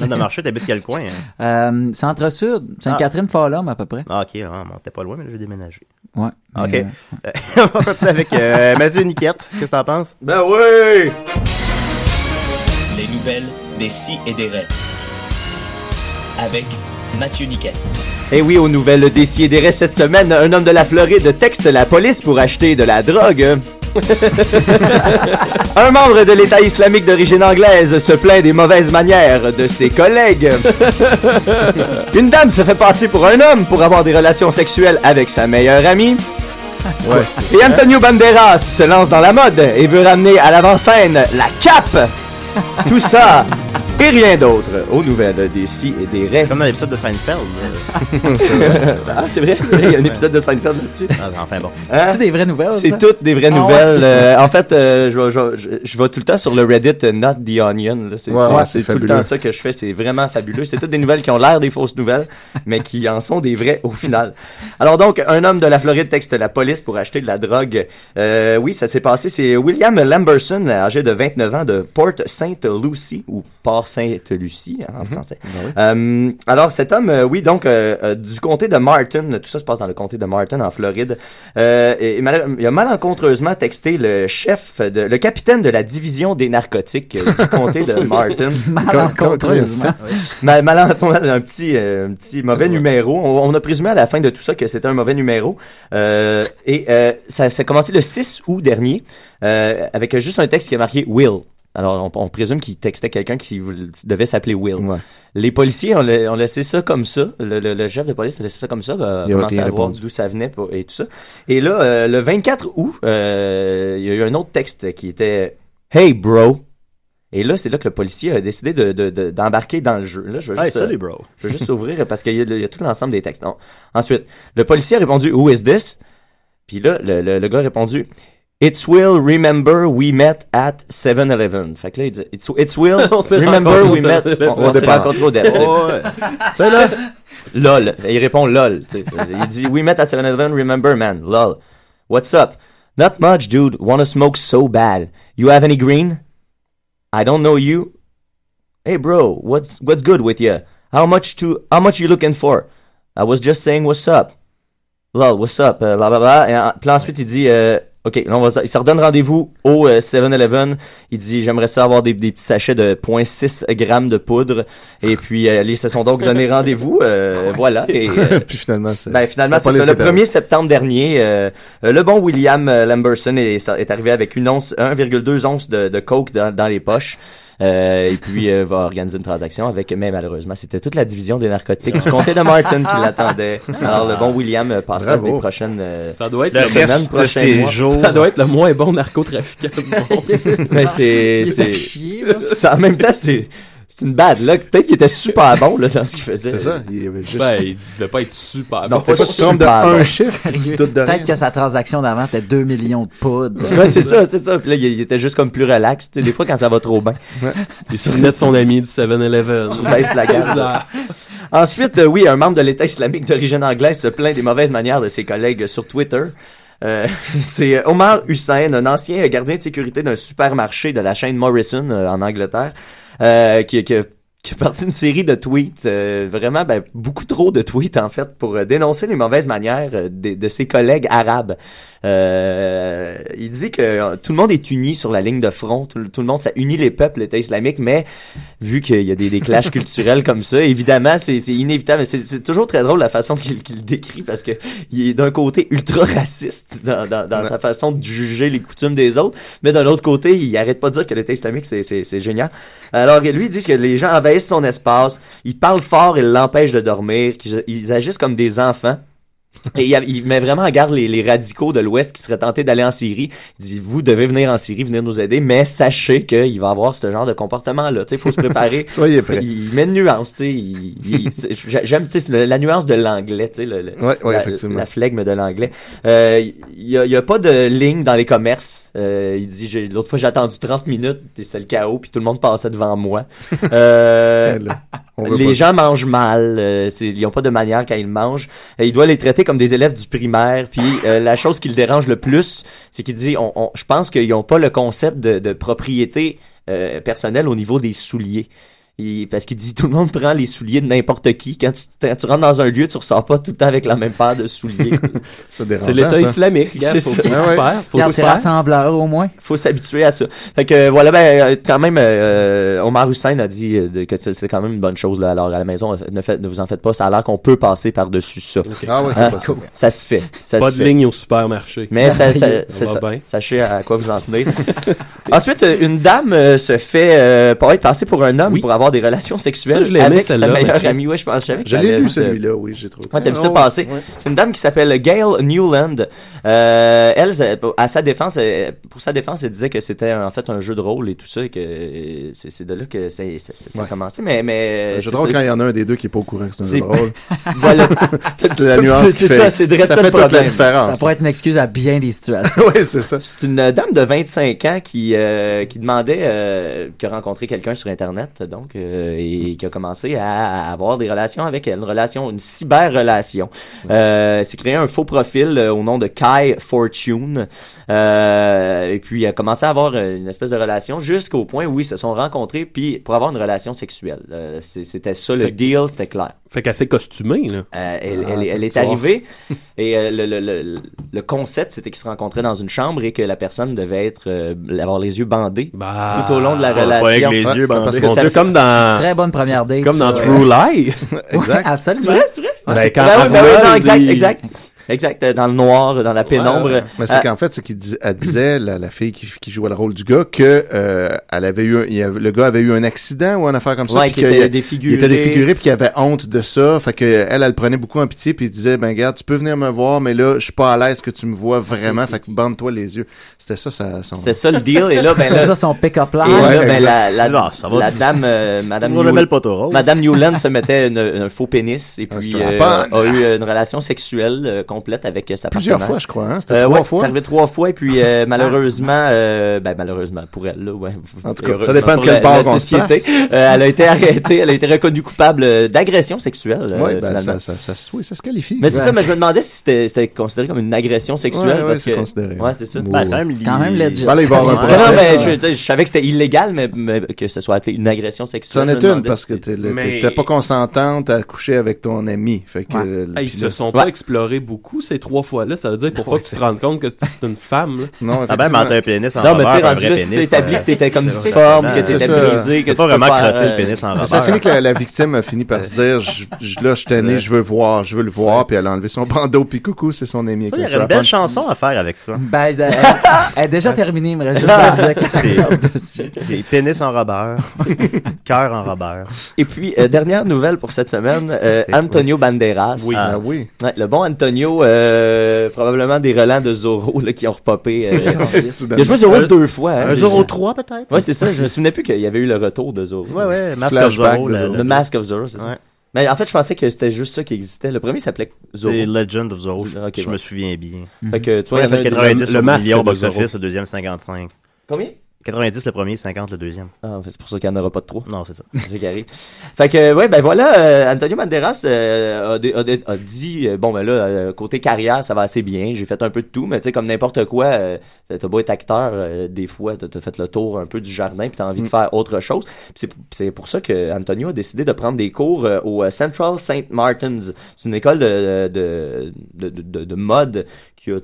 Non, non, marché, t'habites quel coin? hein? Euh, Centre-Sud, Sainte-Catherine-Falhomme, à peu près. Ah, ok, ah, bon, t'es pas loin, mais là, j'ai déménagé. Ouais. Ok. mais, euh, on va continuer avec euh, Mathieu Niquette. Qu'est-ce que t'en penses? Ben oui! Les nouvelles des si et des rêves. Avec Mathieu Niquette. Et Eh oui, aux nouvelles décidérées cette semaine, un homme de la Floride texte la police pour acheter de la drogue. un membre de l'État islamique d'origine anglaise se plaint des mauvaises manières de ses collègues. Une dame se fait passer pour un homme pour avoir des relations sexuelles avec sa meilleure amie. Et Antonio Banderas se lance dans la mode et veut ramener à l'avant-scène la cape. Tout ça et rien d'autre aux nouvelles des si et des rêves. Comme dans l'épisode de Seinfeld. ah, c'est vrai, c'est vrai, il y a un épisode de Seinfeld là-dessus. Ah, Hein? enfin bon. C'est-tu des vraies nouvelles, ça? C'est toutes des vraies Ah ouais? nouvelles. Euh, en fait, euh, je, vais- je vais- je- je vais tout le temps sur le Reddit euh, Not the Onion. là. C'est Ouais, c'est- c'est ouais, c'est tout le fabuleux. temps ça que je fais. C'est vraiment fabuleux. C'est toutes des nouvelles qui ont l'air des fausses nouvelles, mais qui en sont des vraies au final. Alors donc, un homme de la Floride texte la police pour acheter de la drogue. Euh, oui, ça s'est passé. C'est William Lamberson, âgé de 29 ans, de Port Sainte Lucie ou Port Sainte Lucie Mhm. en français. Ben Euh, alors cet homme, euh, oui, donc euh, euh, du comté de Martin, tout ça se passe dans le comté de Martin en Floride. Euh, et- et mal- il a malencontreusement texté le chef, de, le capitaine de la division des narcotiques euh, du comté de Martin. Malencontreusement. Mal- malencontreusement, un petit, euh, un petit mauvais numéro. On, on a présumé à la fin de tout ça que c'était un mauvais numéro. Euh, et euh, ça, ça a commencé le 6 août dernier euh, avec juste un texte qui est marqué Will. Alors, on, on présume qu'il textait quelqu'un qui voul- devait s'appeler Will. Les policiers ont, la- ont laissé ça comme ça. Le, le- le chef de police a laissé ça comme ça. a Il a commencé rien à voir répondu. d'où ça venait pour- et tout ça. Et là, euh, le 24 août, euh, il y a eu un autre texte qui était Hey, bro. Et là, c'est là que le policier a décidé de- de- de- d'embarquer dans le jeu. Là, je veux Hey, juste, salut, euh, bro. Je veux juste ouvrir parce qu'il y, a le- il y a tout l'ensemble des textes. Non. Ensuite, le policier a répondu Who is this? Puis là, le, le- le gars a répondu It's Will, remember we met at 7-Eleven. Fait que là, il dit It's, it's Will, On s'est remember rencontrés we au met. 7-Eleven. On, on s'est Départ. rencontrés au dé- tu sais. sais, là. LOL. Il répond LOL. tu sais. Il dit We met at 7-Eleven, remember man, LOL. What's up? Not much, dude. Wanna smoke so bad. You have any green? I don't know you. Hey bro, what's what's good with you? How much to how much you looking for? I was just saying what's up. Lol, what's up? euh, bla bla bla. Et, en- puis là, ensuite il dit euh, OK, là, on va se- il se redonne rendez-vous au euh, 7-Eleven. Il dit j'aimerais ça avoir des, des petits sachets de 0.6 grammes de poudre et puis euh, ils se sont donc donné rendez-vous euh, voilà et euh, Puis finalement, c'est. ben, finalement, c'est ça. la police Le qui est arrivée. 1er septembre dernier, euh, euh, le bon William euh, Lamberson est, est arrivé avec une once, 1,2 once de, de coke dans, dans les poches. Euh, et puis euh, va organiser une transaction avec, mais malheureusement, c'était toute la division des narcotiques du comté de Martin qui l'attendait. Alors le bon William euh, passera Bravo. les prochaines euh, Ça doit être les le semaines, reste de prochains ses mois. jours. Ça doit être le moins bon narcotrafiquant du monde. mais c'est Il était c'est chier, là. c'est- en même temps c'est c'est une bad luck. Peut-être qu'il était super bon là dans ce qu'il faisait. C'est ça, il avait juste- Ben, il devait pas être super Non, bon. pas super super bon. Sérieux. Peut-être que sa transaction d'avant était 2 millions de poudres. Ouais, c'est ça, c'est ça. Puis là, il il était juste comme plus relax. Tu sais, des fois, quand ça va trop bien. Il se souvenait de son ami du 7-Eleven. Tu baisses la garde. Ensuite, euh, oui, un membre de l'État islamique d'origine anglaise se plaint des mauvaises manières de ses collègues sur Twitter. Euh, c'est euh, Omar Hussein, un ancien gardien de sécurité d'un supermarché de la chaîne Morrison euh, en Angleterre, euh, qui, qui, a- qui a parti une série de tweets, euh, vraiment ben, beaucoup trop de tweets en fait, pour euh, dénoncer les mauvaises manières euh, des- de, ses collègues arabes. Euh, il dit que euh, tout le monde est uni sur la ligne de front, tout, le- tout le monde, ça unit les peuples, l'État islamique, mais vu qu'il y a des, des clashs culturels comme ça, évidemment, c'est c'est inévitable. mais C'est c'est toujours très drôle la façon qu'il qu'il le décrit parce que il est d'un côté ultra raciste dans, dans, dans sa façon de juger les coutumes des autres, mais d'un autre côté, il arrête pas de dire que l'État islamique, c'est- c'est c'est génial. Alors, lui, il dit que les gens envahissent son espace, ils parlent fort, ils l'empêchent de dormir, qu'ils- ils agissent comme des enfants. Et il, il met vraiment en garde les, les radicaux de l'Ouest qui seraient tentés d'aller en Syrie. Il dit, vous devez venir en Syrie, venir nous aider, mais sachez qu'il va avoir ce genre de comportement-là. Tu sais, il faut se préparer. Soyez prêts. Il met une nuance, tu sais. il- il- c'est- j'a- J'aime, tu sais, c'est la- la nuance de l'anglais, tu sais. le- le- Ouais, ouais, la, effectivement. la flegme de l'anglais. Euh, Il n'y a, il y a pas de ligne dans les commerces. Euh, il dit, j'ai- l'autre fois, j'ai attendu 30 minutes, et c'était le chaos, puis tout le monde passait devant moi. Euh, on veut les pas gens mangent mal, euh, c'est- ils n'ont pas de manière quand ils mangent. Et il doit les traiter comme des élèves du primaire. Puis euh, la chose qui le dérange le plus, c'est qu'il dit, on, on- je pense qu'ils n'ont pas le concept de, de propriété euh, personnelle au niveau des souliers. Il- parce qu'il dit tout le monde prend les souliers de n'importe qui. Quand tu, quand tu rentres dans un lieu, tu ressors pas tout le temps avec la même paire de souliers. dérangeant, C'est l'État ça. islamique, regarde, C'est faut ça. Ah qu'il se Ouais, ouais. fasse, faut Regarde, se c'est faire. rassembleur au moins. faut s'habituer à ça. Fait que euh, voilà, ben euh, quand même, euh, Omar Hussein a dit euh, de- que c'est c'est quand même une bonne chose. Là. Alors à la maison, euh, ne, faites, ne vous en faites pas. Ça a l'air qu'on peut passer par dessus ça. Ah ouais, c'est Hein? possible. Ça se fait. Ça Pas se de fait. ligne au supermarché. Mais ça, ça- Ça c'est va ça. bien. sachez à quoi vous en tenir. Ensuite, euh, une dame euh, se fait euh, pas être passée pour un homme pour avoir des relations sexuelles Ça, je l'ai aimé, avec sa celle-là, meilleure Mathieu. amie. Ouais, je pense jamais que Je t'avais l'ai lu vu ce- celui-là, oui, j'ai trouvé. Ouais, t'as vu Ah, ça ouais, passer. ouais. C'est une dame qui s'appelle Gail Newland. Euh, elle, c'est- à sa défense, euh, pour sa défense, elle disait que c'était en fait un jeu de rôle et tout ça, et que euh, c'est c'est de là que c'est- c'est- c'est- ça a Ouais. commencé. Mais, mais Un jeu de rôle c'est- quand il y en a un des deux qui est pas au courant que c'est un jeu C'est- de rôle. Voilà. c'est la nuance. qui C'est fait- ça, c'est direct ça ça le fait toute la problème. différence. Ça pourrait être une excuse à bien des situations. oui, c'est ça. C'est une euh, dame de 25 ans qui, euh, qui demandait, euh, qui a rencontré quelqu'un sur Internet, donc, euh, et qui a commencé à avoir des relations avec elle, une relation, une cyber-relation. Euh, elle s'est créé un faux profil euh, au nom de Kai Fortune, euh, et puis elle a commencé à avoir euh, une espèce de relation jusqu'au point où ils se sont rencontrés, puis pour avoir une relation sexuelle. Euh, c'est- c'était ça le Fait que- deal, c'était clair. Fait qu'elle s'est costumée, là. Euh, elle, Ah, elle- elle t'as est le arrivée et euh, le, le- le- le concept, c'était qu'ils se rencontraient dans une chambre et que la personne devait être euh, avoir les yeux bandés tout au long de la Ah, pas relation. avec les yeux bandés. Parce que Mon ça Dieu, fait- comme dans- Très bonne première date. Comme dans ça. True Lie. Ouais, Exact. absolument. Ah, C'est vrai, c'est vrai. Ben, C'est- quand ben oui, ben oui, Harold non, exact, dit- exact. Exact, euh, dans le noir, dans la pénombre. Mais c'est Euh, qu'en fait, c'est qu'il dis- elle disait, la, la fille qui, qui jouait le rôle du gars, que euh, elle avait eu, un- il y avait- le gars avait eu un accident ou une affaire comme ça. Ouais, puis qu'il que- était défiguré. Il était défiguré, puis qu'il avait honte de ça. Fait que elle, elle le prenait beaucoup en pitié, puis il disait, ben regarde, tu peux venir me voir, mais là, je suis pas à l'aise que tu me vois vraiment. Fait que bande-toi les yeux. C'était ça, ça son... C'était ça le deal et là ben C'était là ça son pick-up line. Et là, Ouais, ben, exact. la, la, Ah, ça va. la dame euh, madame On remet le poteau rose. Madame Newland se mettait une- un faux pénis et puis strap-on. euh, a eu euh, une relation sexuelle euh, complète avec euh, sa Plusieurs partenaire. fois, je crois, hein? C'était Euh, trois ouais, fois? C'est arrivé trois fois et puis euh, malheureusement euh, ben malheureusement pour elle là ouais. En tout cas, ça Heureusement dépend de pour quel la- bord la on se société. place. Euh, elle a été arrêtée, elle a été reconnue coupable euh, d'agression sexuelle euh, Ouais, ben, finalement. ça, ça, ça, oui, ça se qualifie. Mais c'est ça, mais je me demandais si c'était c'était considéré comme une agression sexuelle. Ouais, ouais, parce c'est que... considéré. Ouais, c'est ça. Ben, c'est quand même li- Quand même legit. Ben là, il va y avoir un Ouais, procès, Non, mais ça. je, tu sais, je savais que c'était illégal, mais, mais que ce soit appelé une agression Ça sexuelle. en je me est une, demandais parce que si- t'es t'es Mais- pas consentante à coucher avec ton ami. Fait que, euh, Ah, ils puis se là, sont c'est- pas explorés beaucoup ces trois fois-là. Ça veut dire pour pas que tu te rendes compte que c'est une femme. Là. Non, Ah ben, effectivement. mentir un pénis en Non, mais tu sais, revers, un rendu vrai là, si t'es pénis, établi euh, que t'étais comme c'est ça. difforme, que C'est t'étais ça. brisé, que Faut tu pas peux vraiment faire, crosser le euh, pénis en Mais Ça finit que la, la victime a fini par se dire je, je, Là, je suis tanné, je veux voir, je veux le voir. Puis elle a enlevé son bandeau, puis coucou, c'est son ami. Ça, il y aurait une belle chanson à faire avec ça. Ben, elle, elle- elle est déjà terminée, il me reste juste à vous dire qu'elle parle dessus. Et pénis en robeur, cœur en robeur. Et puis, euh, dernière nouvelle pour cette semaine, euh, Antonio Banderas. Oui. Ah oui. Ouais, le bon Antonio, euh, probablement des relents de Zorro là, qui ont repopé. euh, il a joué Zorro Un- deux fois. hein, Euh, un j'ai- Zorro 3 peut-être? Ouais, c'est ça. Je me souvenais plus qu'il y avait eu le retour de Zorro. Ouais, ouais, Petit Mask of flashback Zorro, de le- Zorro. le- Le Mask of Zorro, c'est ça. Ouais. Mais en fait, je pensais que c'était juste ça qui existait. Le premier s'appelait Zorro. C'est Legend of Zorro. Ok, je ouais. me souviens bien. Fait que, tu vois, Ouais, il y avait fait 90 le- le, le masque million de box-office, Zorro. le deuxième 55. Combien? 90 le premier, 50 le deuxième. Ah, c'est pour ça qu'il n'y en aura pas de trop. Non, c'est ça. C'est carré. Fait que, ouais, ben voilà, euh, Antonio Banderas euh, a, dé- a dé- a dit, euh, bon, ben là, euh, côté carrière, ça va assez bien, j'ai fait un peu de tout, mais tu sais, comme n'importe quoi, euh, t'as beau être acteur, euh, des fois, t'as t'as fait le tour un peu du jardin, puis t'as Mm. envie de faire autre chose. Puis c'est- c'est pour ça que Antonio a décidé de prendre des cours euh, au euh, Central St. Martin's. C'est une école de, de, de, de- de- de mode qui a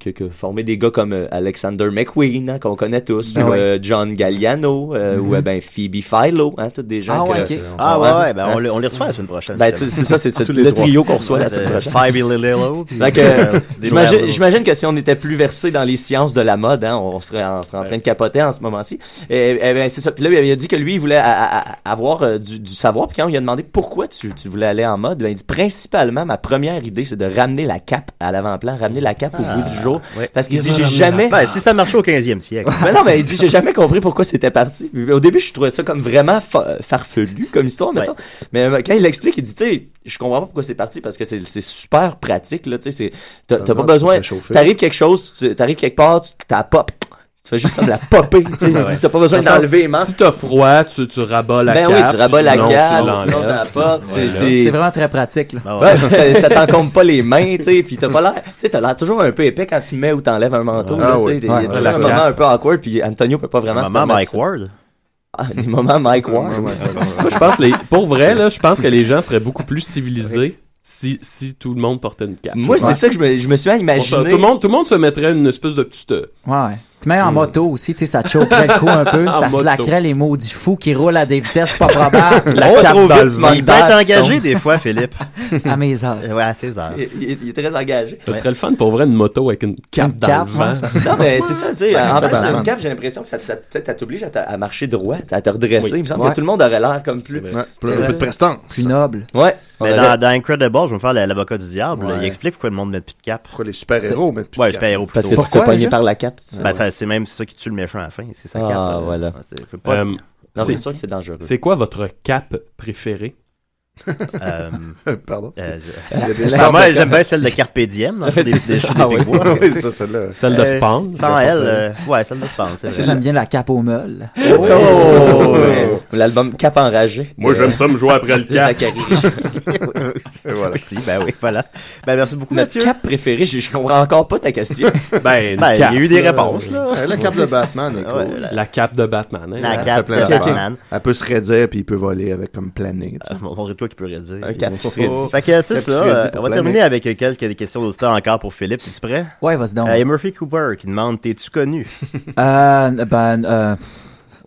que, que former des gars comme euh, Alexander McQueen, hein, qu'on connaît tous, Ben ou oui. euh, John Galliano, euh, Mhm. ou euh, ben, Phoebe Philo, hein, toutes des gens Ah ouais, que- ok. Ah ouais, ouais, ben, on le- on les reçoit la semaine prochaine, Ben, justement. tu- c'est ça, c'est c'est Tous les le trois. trio qu'on reçoit la Ouais, semaine de- prochaine. Phoebe Lillo, puis- Fait que, euh, Des j'imagine- Lillo. J'imagine que si on était plus versé dans les sciences de la mode, hein, on serait, on serait en train de capoter en ce moment-ci. Et, et ben, c'est ça. Puis là, il a dit que lui, il voulait a- a- a- avoir euh, du, du savoir. Puis quand on lui a demandé pourquoi tu, tu voulais aller en mode, ben, il dit principalement, ma première idée, c'est de ramener la cape à l'avant-plan, ramener la cape au Ah, bout du jour. ouais. Parce qu'il Il dit, va j'ai ramener la jamais... cape. Ben, si ça marchait au 15e siècle. Mais Ben non, mais il dit, j'ai jamais compris pourquoi c'était parti. Au début, je trouvais ça comme vraiment fa- farfelu comme histoire, mettons. Mais euh, quand il l'explique, il dit, tu sais, je comprends pas pourquoi c'est parti parce que c'est c'est super pratique, là, tu sais, c'est- t'as Ça t'as va, pas tu besoin, peux chauffer. t'arrives quelque chose, tu- t'arrives quelque part, tu t'as pop. Tu fais juste comme la popper, tu sais, Ouais, ouais. t'as pas besoin Dans le sens, d'enlever les mains. Si t'as froid, tu, tu rabats la Ben cape. oui, tu rabats la sinon tu cape, l'enlèves. sinon t'apportes, c'est- Voilà. c'est- C'est vraiment très pratique. Là. Ouais, ça, ça t'encombre pas les mains, tu sais, puis t'as pas l'air, tu sais, t'as l'air toujours un peu épais quand tu mets ou t'enlèves un manteau, Ah là, oui. tu sais, il y a Ouais, toujours ouais, un ouais. moment un peu awkward, puis Antonio peut pas vraiment Un se moment permettre Mike ça. Ward. Ah, des moments Mike Ward. Ouais, ouais, ça va. Moi, je pense, les, pour vrai, là, je pense que les gens seraient beaucoup plus civilisés si, si tout le monde portait une cape. Moi, c'est ça que je me, je me suis imaginé. Tout le, monde, tout le monde se mettrait une espèce de petite. euh, Ouais, ouais. Puis même en moto aussi, tu sais, ça te choquerait le cou un peu, En ça moto. se laquerait les maudits fous qui roulent à des vitesses pas probables. La Oh, cape trop dans vite, le tu vent. manques Il d'air, peut être tu tombes. Philippe. à mes heures. Ouais, à ses heures. Il, il est- il est très engagé. Ça serait le fun pour vrai une moto avec une cape dans cape, le vent. ouais. Non, mais c'est ça, tu sais. En Ouais. fait, c'est une cape, j'ai l'impression que ça, ça- tu sais, ça t'oblige à, ta- à marcher droit, à te redresser. Oui. Il me semble Ouais. que tout le monde aurait l'air comme plus. Ouais, C'est vrai. Plus noble. Ouais. Mais On dans, aurait- dans Incredible, je vais me faire la- l'avocat du diable. Ouais. Il explique pourquoi le monde met plus de cap. Pourquoi les super-héros mettent plus de ouais, cape. les super-héros Parce plutôt. que tu te fais Pourquoi, pogner déjà? par la cape, tu- Ben, ça, c'est même c'est ça qui tue le méchant à la fin. C'est sa Ah, cape. hein. là. voilà. Ouais, c'est- faut pas- Euh, Non, c'est sûr que c'est dangereux. C'est quoi votre cape préférée? Euh, Pardon. euh, je- Il y a des Sans moi, sortes de j'aime cape. bien celle de Carpe Diem, dans Ouais, des, des, c'est ça. shows Ah des oui. Big Bois. Oui, ça, celle-là. Celle de Euh, Spawn. Sans Je elle, l'apporterai. euh, ouais, celle de Spawn, c'est vrai. J'aime bien la cape aux meules. Oh! L'album Cap enragé. Moi, j'aime ça me jouer après le de cap. Zachary. voilà. Si, ben oui, voilà. Ben, merci beaucoup, Notre Mathieu. cap préféré, je, je comprends encore pas ta question. Ben, Ben, il y a eu des réponses, là. Ouais, la cape de Batman est cool. Ouais, la- La cape de Batman. hein? La Elle cape fait plein de d'affaires. Batman. Elle peut se raidir puis il peut voler avec comme planer. Montrez-toi qu'il peut raidir. Un cap qui se raidit. Fait que c'est Cap ça. qui se raidit euh, pour On va planer. terminer avec euh, quelques questions d'auditeurs encore pour Philippe. Es-tu prêt? Ouais, vas-y donc. Euh, Et Murphy Cooper qui demande T'es-tu connu? Euh, ben, euh,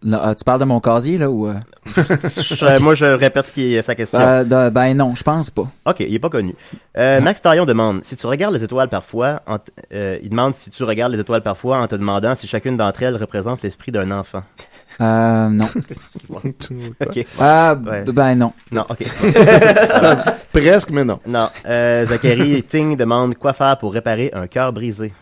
non, euh, tu parles de mon casier, là, ou... euh? Je- Euh, Moi, je répète ce qui est sa question. Euh, de- ben non, je pense pas. OK, il est pas connu. Euh, Max Taillon demande si tu regardes les étoiles parfois, en t- euh, il demande si tu regardes les étoiles parfois en te demandant si chacune d'entre elles représente l'esprit d'un enfant. Euh, non. OK. Ah, b- Ouais. ben non. Non, OK. Ça, presque, mais non. Non. Euh, Zachary Ting demande quoi faire pour réparer un cœur brisé.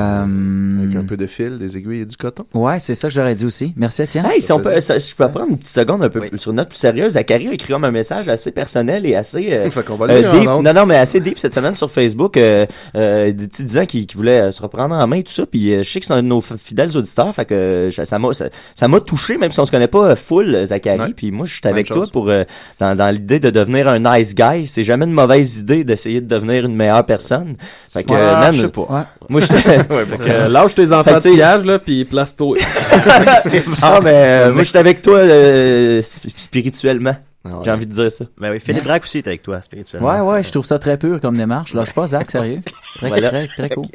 Avec un peu de fil, des aiguilles et du coton. Ouais, c'est ça que j'aurais dit aussi. Merci, Étienne. Hey, si on peut, ça- je peux prendre une petite seconde un peu plus- sur une note plus sérieuse. Zachary a écrit comme un message assez personnel et assez euh, Fait qu'on va euh, le lire en deep. ondes. Non, non, mais assez deep cette semaine sur Facebook. Euh, euh, des petits disant qu'il qu'il voulait euh, se reprendre en main et tout ça. Puis euh, je sais que c'est un de nos f- fidèles auditeurs. Fait que euh, je- ça m'a ça ça m'a touché, même si on se connaît pas euh, full, euh, Zachary. Puis moi, je suis avec chose. toi pour euh, dans, dans l'idée de devenir un nice guy. C'est jamais une mauvaise idée d'essayer de devenir une meilleure personne. Fait que, Ouais, euh, man, je sais pas. Moi, je Fait que, euh, lâche tes Fait enfants que, de tu sais, sillage, là, puis place-toi. ah, mais Ah euh, moi, je suis avec toi euh, sp- spirituellement. ouais. J'ai envie de dire ça. Ben oui, Philippe Braque aussi est avec toi spirituellement. Ouais, ouais, je trouve ça très pur comme démarche. Lâche pas, Zach, sérieux. Très, Voilà. très, très cool.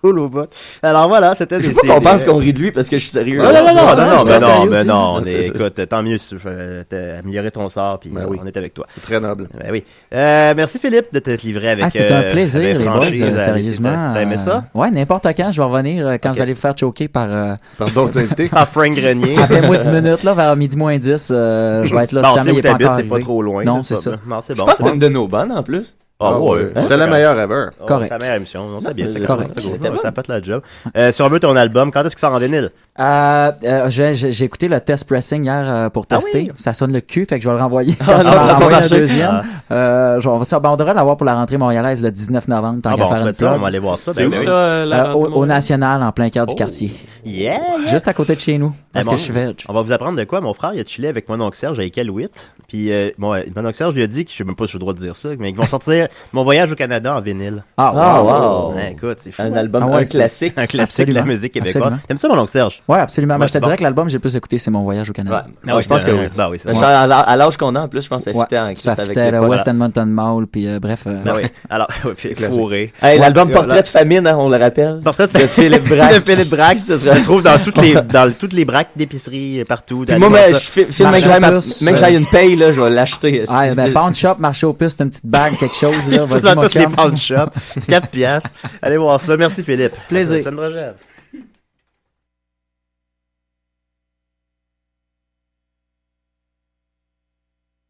Cool au bout. Alors voilà, c'était Je des. euh, sais pas qu'on des- pense qu'on rit de lui parce que je suis sérieux. Non, non, non, non, non, non, je suis mais non, sérieux mais aussi. non, on Ah, C'est est, ça. écoute, tant mieux si euh, t'as amélioré ton sort, puis euh, on est avec toi. C'est très noble. Ben oui. Euh, merci Philippe de t'être livré avec ah, c'est un euh, plaisir, avec les boys, franchise, euh, euh, sérieusement. t'as- T'as aimé ça? Euh, ouais, n'importe quand, je vais revenir euh, quand vous allez vous faire choquer par... Euh... Par d'autres invités. Par Frank Grenier. Appelez-moi 10 minutes, là, vers midi moins 10, euh, je vais être là Bon, si c'est jamais où il est pas t'habites, encore t'es pas arrivé. trop loin, Non, c'est c'est ça. ça. Non, c'est Je bon, pense c'est que c'était bon. une de nos bonnes en plus. Ah ouais, Hein? c'était la meilleure ever. Correct. C'est la meilleure émission, on Non, s'est bien. mais c'est c'est correct. cool, C'était Ça pète la job. Euh, si on veut ton album, quand est-ce qu'il sort en vinyle? Euh, euh, j'ai, j'ai- j'ai écouté le test pressing hier euh, pour tester. Ça sonne le cul, fait que je vais le renvoyer. Ah Quand non, tu vas ça va renvoyer marcher. la deuxième. Ah. Euh, je- on, va, se- ben, on devrait l'avoir pour la rentrée montréalaise le 19 novembre. Tant Ah qu'à bon, faire je une vais être là, plug. on va aller voir ça, C'est ben où oui. ça, euh, la rentrée au, au montréalaise? National, en plein cœur du quartier. Yeah! Oh, yeah. Juste à côté de chez nous. Parce Eh, que mon- je suis veg. On va vous apprendre de quoi. Mon frère, il a euh, chillé avec mon oncle Serge, avec L8. Puis euh, mon, mon oncle Serge lui a dit, que, je sais même pas si j'ai le droit de dire ça, mais ils vont sortir fait mon voyage au Canada en vinyle. Ah, Ah, wow. wow. Ouais, écoute, c'est fou. Un album, Ah ouais, un c'est- classique. Un classique de la Absolument. musique québécoise. Absolument. T'aimes ça, mon oncle Serge? Ouais, absolument. Moi, Moi, je te bon. dirais que l'album que j'ai le plus écouté, c'est Mon voyage au Canada. Ouais. Ouais, je pense que oui. Bah oui, c'est vrai. Je pense à l'âge- à l'âge qu'on a, en plus, je pense que ça Ouais. fitait en Christ Ça avec fitait le l'époque. euh, West Edmonton Mall, puis euh, bref. euh, Ben oui. Alors, ouais, puis fourré. Hey, l'album Ouais, Portrait voilà. de famine, hein, on le rappelle. Portrait de Philippe Braque. de Philippe Braque. Ce Je serait- le trouve dans toutes les, dans toutes les braques d'épicerie euh, partout. Puis moi, mais je fi- filme, même que j'aille ma- Marchand plus, même que euh, j'aille une paye, là, je vais l'acheter. Ah, ben, esti. Pound Shop, marché aux puces, t'as une petite bague, quelque chose, là. C'est vas-y, dans mon toutes les chum. pound shops. 4 piastres. Allez voir ça. Merci, Philippe. Plaisir. À la semaine prochaine.